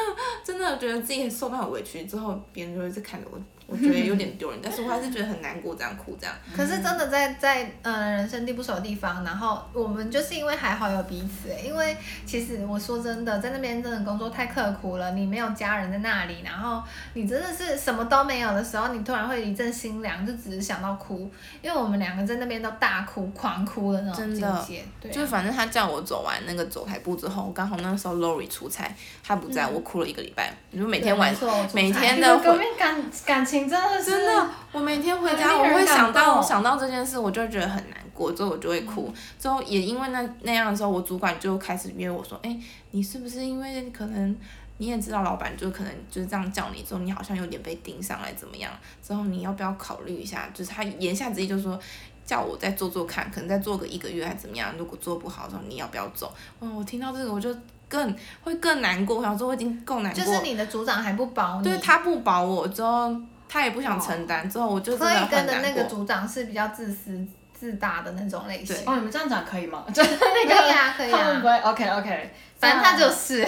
S3: 真的觉得自己受到很委屈之后，别人就会一直看着我，我觉得有点丢人，但是我还是觉得很难过，这样哭这样。
S1: 可是真的在在呃人生地不熟的地方，然后我们就是因为还好有彼此、欸因为其实我说真的，在那边真的工作太刻苦了，你没有家人在那里，然后你真的是什么都没有的时候，你突然会一阵心凉，就只是想到哭，因为我们两个在那边都大哭狂哭的那种
S3: 真
S1: 境
S3: 的
S1: 界，对啊、
S3: 就反正他叫我走完那个走台步之后，刚好那时候 Lori 出差，他不
S1: 嗯
S3: 在，我哭了一个礼拜。你就每天晚上，
S1: 上
S3: 每天
S2: 你
S3: 的
S2: 们
S3: 回
S2: 革命感感情真的是
S3: 真的，我每天回家
S2: 很
S3: 我
S2: 令人
S3: 会
S2: 感
S3: 想到
S2: 动嗯
S3: 想到这件事，我就觉得很难过，之后我就会哭。之后也因为那那样的时候，我主管就开始约我说：“哎、你是不是因为可能你也知道，老板就可能就是这样叫你之后，你好像有点被盯上来，怎么样？之后你要不要考虑一下？就是他言下之意就是说。”叫我再做做看，可能再做个一个月还怎么样？如果做不好的时候，你要不要走？嗯，我听到这个我就更会更难过，我想说我已经够难
S1: 就
S3: 过，
S1: 是你的组长还不保你，
S3: 对他不保我之后，他也不想承担，之后我就真
S1: 柯以
S3: 很
S1: 根的
S3: 难
S1: 那个
S3: 过。
S1: 组长是比较自私自大的那种类型。
S2: 哦，你们这样讲可以吗？就是那
S1: 可以
S2: 个
S1: 啊，可以
S2: 他们
S1: 啊
S2: 不，会 OK OK，
S1: 反正他就是。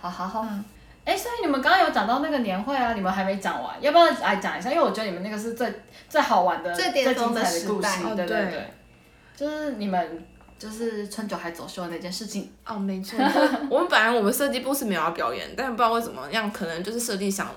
S2: 好好好
S1: 嗯。
S2: 哎，所以你们刚刚有讲到那个年会啊，你们还没讲完，要不要来讲一下？因为我觉得你们那个是最最好玩的、
S1: 最
S2: 最
S1: 巅
S2: 精
S1: 峰的
S2: 彩故
S1: 时代
S2: 事，对
S3: 哦对
S2: 对，就是你们就是春酒还走秀的那件事情，
S3: 哦，没错，我们本来我们设计部是没有要表演，但不知道为什么样，可能就是设计想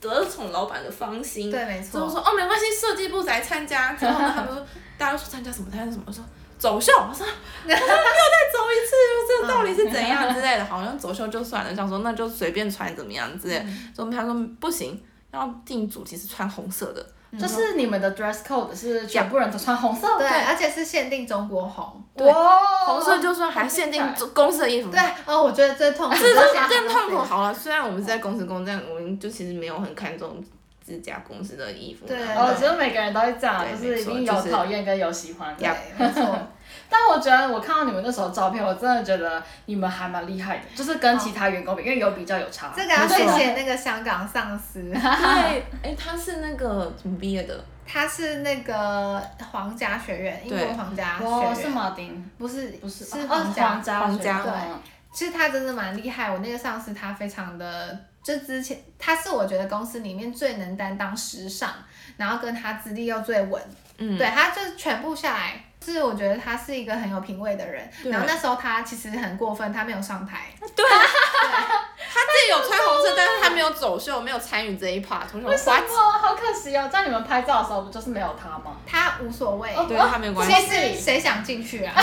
S3: 得宠老板的芳心，
S1: 对，没
S3: 之后
S1: 错。
S3: 说哦没关系，设计部来参加。之后呢，他们说大家都说参加什么参加什么，我说走秀，我说我说不要再走一次，就这到底是怎样之类的，好像走秀就算了，想说那就随便穿怎么样之类的。
S1: 嗯
S3: 之后他说不行，要定主题是穿红色的，
S2: 就是你们的 dress code 是全部人都穿红色
S1: 哦对，
S2: 的，
S1: 而且是限定中国红。哦
S2: 哇，
S3: 红色就算还限定公司的衣服，
S1: 对，哦，我觉得最痛苦，
S3: 这
S1: 啊就是
S3: 是
S1: 想
S3: 更
S1: 到
S3: 痛苦好了。虽然我们是在公司工作，但我们就其实没有很看重自家公司的衣服。
S1: 对
S2: 哦，
S3: 然后
S2: 只是每个人都会这样，
S3: 对
S2: 就是一定
S3: 没错就
S2: 有
S3: 是
S2: 讨厌跟有喜欢的
S1: 对。，没错。
S2: 但我觉得我看到你们那时候照片，我真的觉得你们还蛮厉害的，就是跟其他员工比，因为有比较有差。
S1: 这个要
S3: 没错
S1: 谢谢那个香港上司，
S3: 对，哎，他是那个怎么毕业的？
S1: 他是那个皇家学院，英
S3: 对
S1: 国皇家
S2: 哇，
S1: 学
S2: 是
S1: 院。
S2: 马丁，
S1: 不是
S2: 不是
S1: 是
S2: 哦
S1: 皇家
S2: 皇家
S3: 皇家
S2: 学
S1: 对
S2: 院
S1: 其实他真的蛮厉害，我那个上司他非常的，就之前他是我觉得公司里面最能担当时尚，然后跟他资历又最稳，
S3: 嗯
S1: 对，他就全部下来，是我觉得他是一个很有品味的人。
S3: 对
S1: 然后那时候他其实很过分，他没有上台，
S3: 他自己有穿红色，但是他没有走秀，没有参与这一 part。同学
S2: 为什
S3: 花
S2: 么？好可惜哦，在你们拍照的时候不就是没有他吗？
S1: 他无所谓。
S2: 哦
S3: 对他没有关
S1: 谁
S3: 系，
S1: 是谁想进去 啊？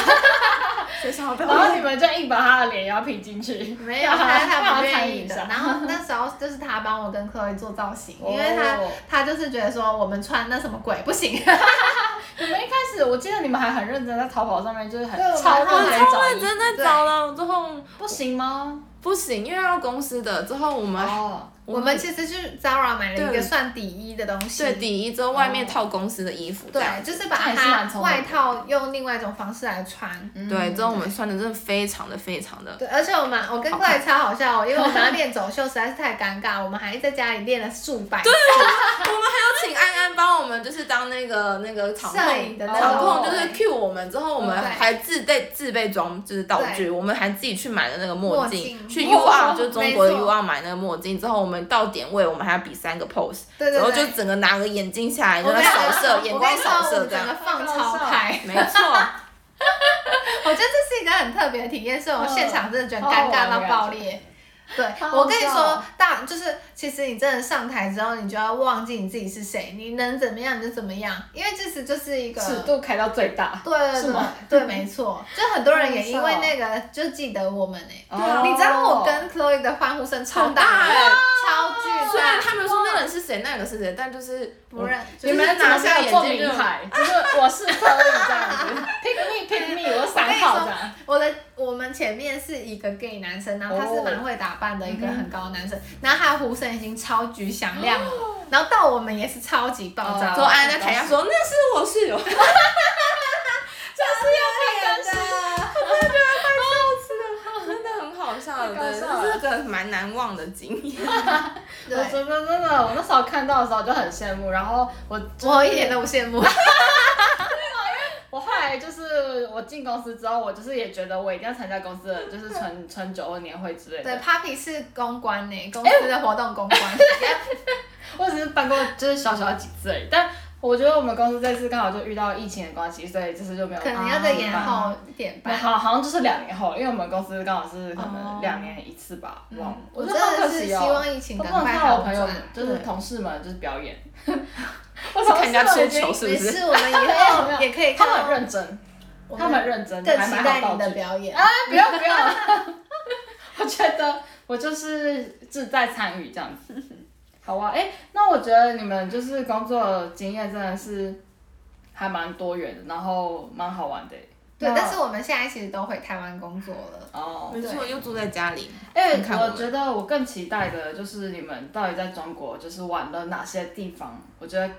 S3: 学校被
S2: 然后你们就硬把他的脸也要 P 进去，
S1: 没 有，他他不
S2: 让参
S1: 愿
S2: 与
S1: 意
S2: 一
S1: 的。
S2: 下
S1: 然后那时候就是他帮我跟 Chloe 做造型，因为他
S2: 哦
S1: 他就是觉得说我们穿那什么鬼不 行，
S2: 你们一开始我记得你们还很认真在淘宝上面，就是很
S1: 对我们
S2: 超
S1: 还
S2: 认真
S3: 超
S2: 找
S3: 认
S2: 衣
S3: 真
S2: 服，
S3: 在找了，之后
S2: 不行吗？
S3: 不行，因为要公司的，之后我们
S2: 哦，
S1: 我们其实去 Zara 买了一个
S3: 对
S1: 算底衣的东西，
S3: 对底衣之后外面套公司的衣服，这样
S1: 哦对，就是把
S2: 这样也是蛮
S1: 它
S2: 聪明的
S1: 外套用另外一种方式来穿。
S3: 对，之后我们穿的真的非常的非常的
S1: 对，而且我们我跟
S3: 好
S1: c
S3: 看
S1: h 超好笑哦，因为我们 要练走秀实在是太尴尬，我们还在家里练了数百次
S3: 请安安帮我们就是当那个那个场
S1: 摄影
S3: 控，
S1: 的那
S3: 场
S1: 种。
S3: 控就是 cue 我们之后，我们
S1: 对
S3: 还自备自备装就是道具，
S1: 对
S3: 我们还自己去买了那个
S1: 墨
S3: 墨
S1: 镜
S3: 镜，去
S1: 哦
S3: UR 就是中国的
S1: 没错
S3: UR 买那个墨镜之后，我们到点位我们还要比三个 pose，
S1: 对对
S3: 然后就
S1: 对，
S3: 整个拿个眼镜下来，就
S1: 我
S3: 在
S1: 跟你
S3: 扫
S1: 说
S3: 射，眼光扫
S1: 我跟你说我
S3: 射
S1: 们
S3: 这
S1: 整个
S3: 样，
S1: 放超开，
S3: 没 错，
S1: 啊
S2: 嗯
S1: 我觉得这是一个很特别的体验，所以我现场真的觉得尴尬到爆裂。对，
S2: 好
S1: 我跟你
S2: 笑哦
S1: 说，大就是其实你真的上台之后，你就要忘记你自己是谁，你能怎么样你就怎么样，因为这次就是一个
S2: 尺度开到最大。
S1: 对对
S2: 是
S1: 对
S2: 吗
S1: 对，没错，就很多人也因为
S2: 好
S1: 那个就记得我们哎、
S2: 哦
S1: 你知道我跟 Chloe 的欢呼声超大
S2: 欸
S1: 的，超巨
S3: 虽然
S1: 大，
S3: 他们说那个人是谁，那个是谁，但就是
S1: 不认
S2: 你们
S3: 拿
S2: 拿
S3: 下
S2: 下
S3: 眼
S2: 做
S3: 镜
S2: 名
S3: 就
S2: 牌，就是我是可以这样子，pick me pick me，我三号这样。
S1: 我的我们前面是一个 gay 男生，然后他是
S2: 哦
S1: 蛮会打扮的一个很高的男生，然后他的呼声已经超级响亮了，然后到我们也是超级爆炸，
S2: 嗯哦
S3: 周安在台下说那是我室友，
S1: 就是要看的。
S3: 真的很好笑，
S2: 搞
S3: 对，
S2: 笑了
S3: 这是个蛮难忘的经验。
S1: 对
S2: 我真的真的，我那时候看到的时候就很羡慕，然后我
S1: 我一点都不羡慕，
S2: 我后来就是我进公司之后，我就是也觉得我一定要参加公司的就是 春春酒或年会之类
S1: 对
S2: 的。
S1: ，Papi 是公关呢、
S2: 哎
S1: 公司的活动公关，
S2: 我只是办过就是小小几次而已，但我觉得我们公司这次刚好就遇到疫情的关系，所以就是就没有
S1: 可
S2: 办法。
S1: 能要再延
S2: 啊
S1: 后一点吧。
S2: 好，好像就是两年后，因为我们公司刚好是可能两年一次吧，忘了。
S1: 哦嗯我
S2: 觉
S1: 真
S2: 得好
S1: 的
S2: 可
S1: 是
S2: 惜
S1: 希
S2: 哦
S1: 望疫情
S2: 我不
S1: 赶
S2: 能
S1: 快
S2: 看到我
S1: 好
S2: 朋友们
S1: 转。
S2: 就是
S1: 对
S2: 同事们就是 表演，我同
S3: 看人家
S2: 事们已
S3: 吃球
S2: 经
S3: 是不
S1: 没
S3: 是？
S1: 事，我们以
S2: 没有
S1: 后也可以
S2: 他
S1: 看
S2: 们
S1: 到
S2: 很认真，
S1: 我
S2: 他
S1: 们
S2: 们很认真，
S1: 更
S2: 还
S1: 期
S2: 蛮
S1: 待
S2: 好
S1: 你
S2: 道
S1: 的
S2: 具。啊
S1: 表演。
S2: 不要不要， 我觉得我就是志在参与这样子。好啊，哎、那我觉得你们就是工作经验真的是还蛮多元的，然后蛮好玩的欸、
S1: 对
S2: 那，
S1: 但是我们现在其实都回台湾工作了。
S2: 哦，
S3: 没错，又住在家里，
S2: 哎、
S3: 嗯看看我
S2: 我
S3: 们
S2: 觉得我更期待的就是你们到底在中国就是玩了哪些地方？我觉得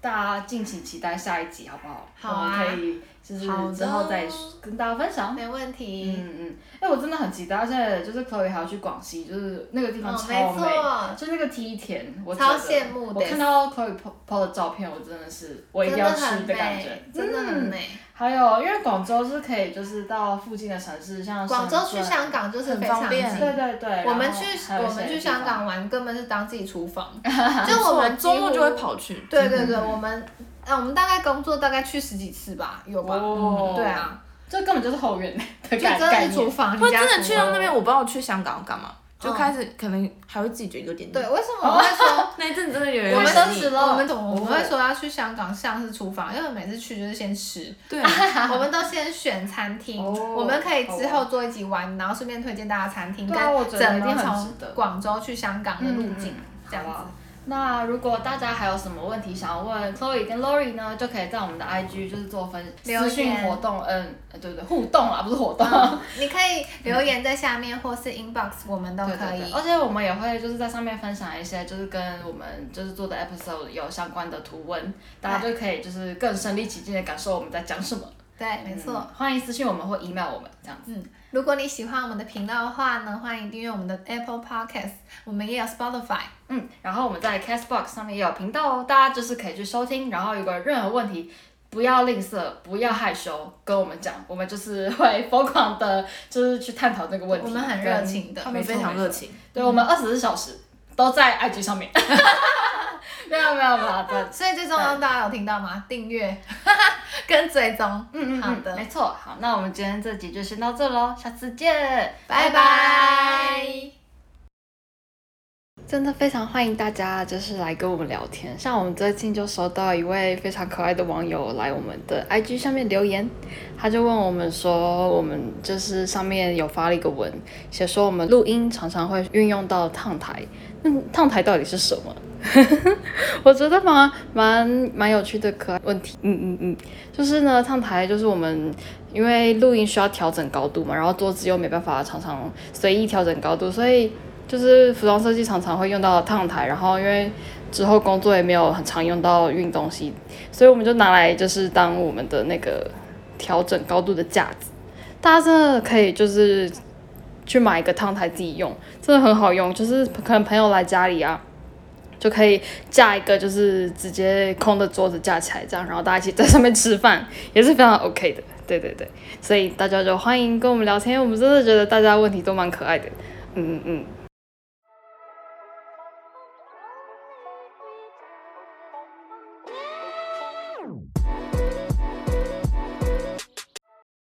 S2: 大家敬请期待下一集，好不好？
S1: 好啊
S2: 我们可以就是
S1: 好的
S2: 之后再跟大家分享。
S1: 没问题。
S2: 嗯嗯，哎、我真的很期待，而且就是 Chloe 还要去广西，就是那个地方
S1: 哦
S2: 嗯超
S1: 没错
S2: 美，就那个梯田，我
S1: 超
S2: 觉得
S1: 羡慕的
S2: 我看到 Chloe po po 的照片，我真的是我一定
S1: 真
S2: 要
S1: 的
S2: 去
S1: 很
S2: 的感
S1: 美
S2: 觉，，
S1: 真的很
S2: 嗯。
S1: 美。
S2: 还有，因为广州是可以，就是到附近的城市，像
S1: 广州去
S2: 深圳
S1: 香，港就是非
S3: 很
S1: 常
S3: 方
S1: 近
S3: 便。
S2: 对对对，
S1: 我们
S2: 然后
S1: 去
S2: 还有一
S1: 我
S2: 些
S1: 们去
S2: 地方
S1: 香，港玩，根本是当自己厨房，就我们
S3: 周末
S1: 几
S3: 就
S1: 乎
S3: 会。跑去。
S1: 对对对，我们呃我们大概工作大概去十几次吧，有吧？
S2: 哦
S1: 对啊，
S2: 这根本就是后院的
S1: 就
S2: 概
S1: 真
S2: 概
S1: 的是厨
S2: 念。
S1: 房，
S3: 会
S1: 你家
S3: 真的
S1: 厨
S3: 去
S1: 房
S3: 到那边，我不知道去香港干嘛，就
S1: 嗯
S3: 开始可能还会自己觉得有点腻。
S1: 对，为什么我会说
S3: 那一阵子真的有
S1: 我
S3: 点
S1: 们
S2: 太奢
S3: 腻
S2: 侈了
S1: 我们总我们
S2: 不
S1: 会
S2: 会
S1: 说要去香港像是厨房，因为每次去就是先吃，
S3: 对，
S1: 我们都先选餐厅。
S2: 啊哦
S1: 我们可以之
S2: 好
S1: 后做一集玩，然后顺便推荐大家餐厅，
S2: 对啊我觉
S1: 跟
S2: 得
S1: 整
S2: 一定
S1: 个
S2: 很
S1: 从
S2: 值得
S1: 广州去香港的路径、
S2: 嗯嗯
S1: 这样
S2: 好啊
S1: 子。
S2: 那如果大家还有什么问题想要问 Chloe 跟 Lori 呢，就可以在我们的 IG 就是做分
S1: 留
S2: 私
S1: 言
S2: 讯活动，嗯，呃对对，互动啦，不是活动。
S1: 嗯， 你可以留言在下面，或是 inbox 我们都
S2: 对
S1: 可
S2: 对对，
S1: 以。
S2: 而且我们也会就是在上面分享一些就是跟我们就是做的 episode 有相关的图文，大家就可以就是更身临其境的感受我们在讲什么。
S1: 对，哎没错。
S2: 嗯欢迎私信我们或 email 我们这样子。
S1: 嗯，如果你喜欢我们的频道的话呢，欢迎订阅我们的 Apple Podcast，我们也有 Spotify。
S2: 嗯，然后我们在 Castbox 上面也有频道哦，大家就是可以去收听。然后如果有任何问题，不要吝啬，不要害羞，跟我们讲，我们就是会疯狂的，就是去探讨这个问题。
S1: 我们很热情的
S2: 跟
S3: 他们非常热。情。
S2: 对，我们二十四小时 都在 IG 上面。没有没有没有，对，
S1: 所以最重要，大家有听到吗？订阅 跟追踪。
S2: 嗯嗯，
S1: 好
S2: 嗯
S1: 的，
S2: 没错。好，那我们今天这集就先到这喽，下次见，
S1: 拜拜。
S6: 真的非常欢迎大家，就是来跟我们聊天。像我们最近就收到一位非常可爱的网友来我们的 IG 上面留言，他就问我们说，我们就是上面有发了一个文，写说我们录音常常会运用到烫台，那烫台到底是什么？ 我觉得蛮蛮蛮有趣的可爱问题，嗯嗯嗯，就是呢，烫台就是我们因为录音需要调整高度嘛，然后桌子又没办法常常随意调整高度，所以就是服装设计常常会用到烫台，然后因为之后工作也没有很常用到运东西，所以我们就拿来就是当我们的那个调整高度的架子。大家真的可以就是去买一个烫台自己用，真的很好用。就是可能朋友来家里啊，就可以架一个就是直接空的桌子架起来这样，然后大家一起在上面吃饭，也是非常 OK 的。对对对，所以大家就欢迎跟我们聊天，我们真的觉得大家问题都蛮可爱的。嗯嗯嗯。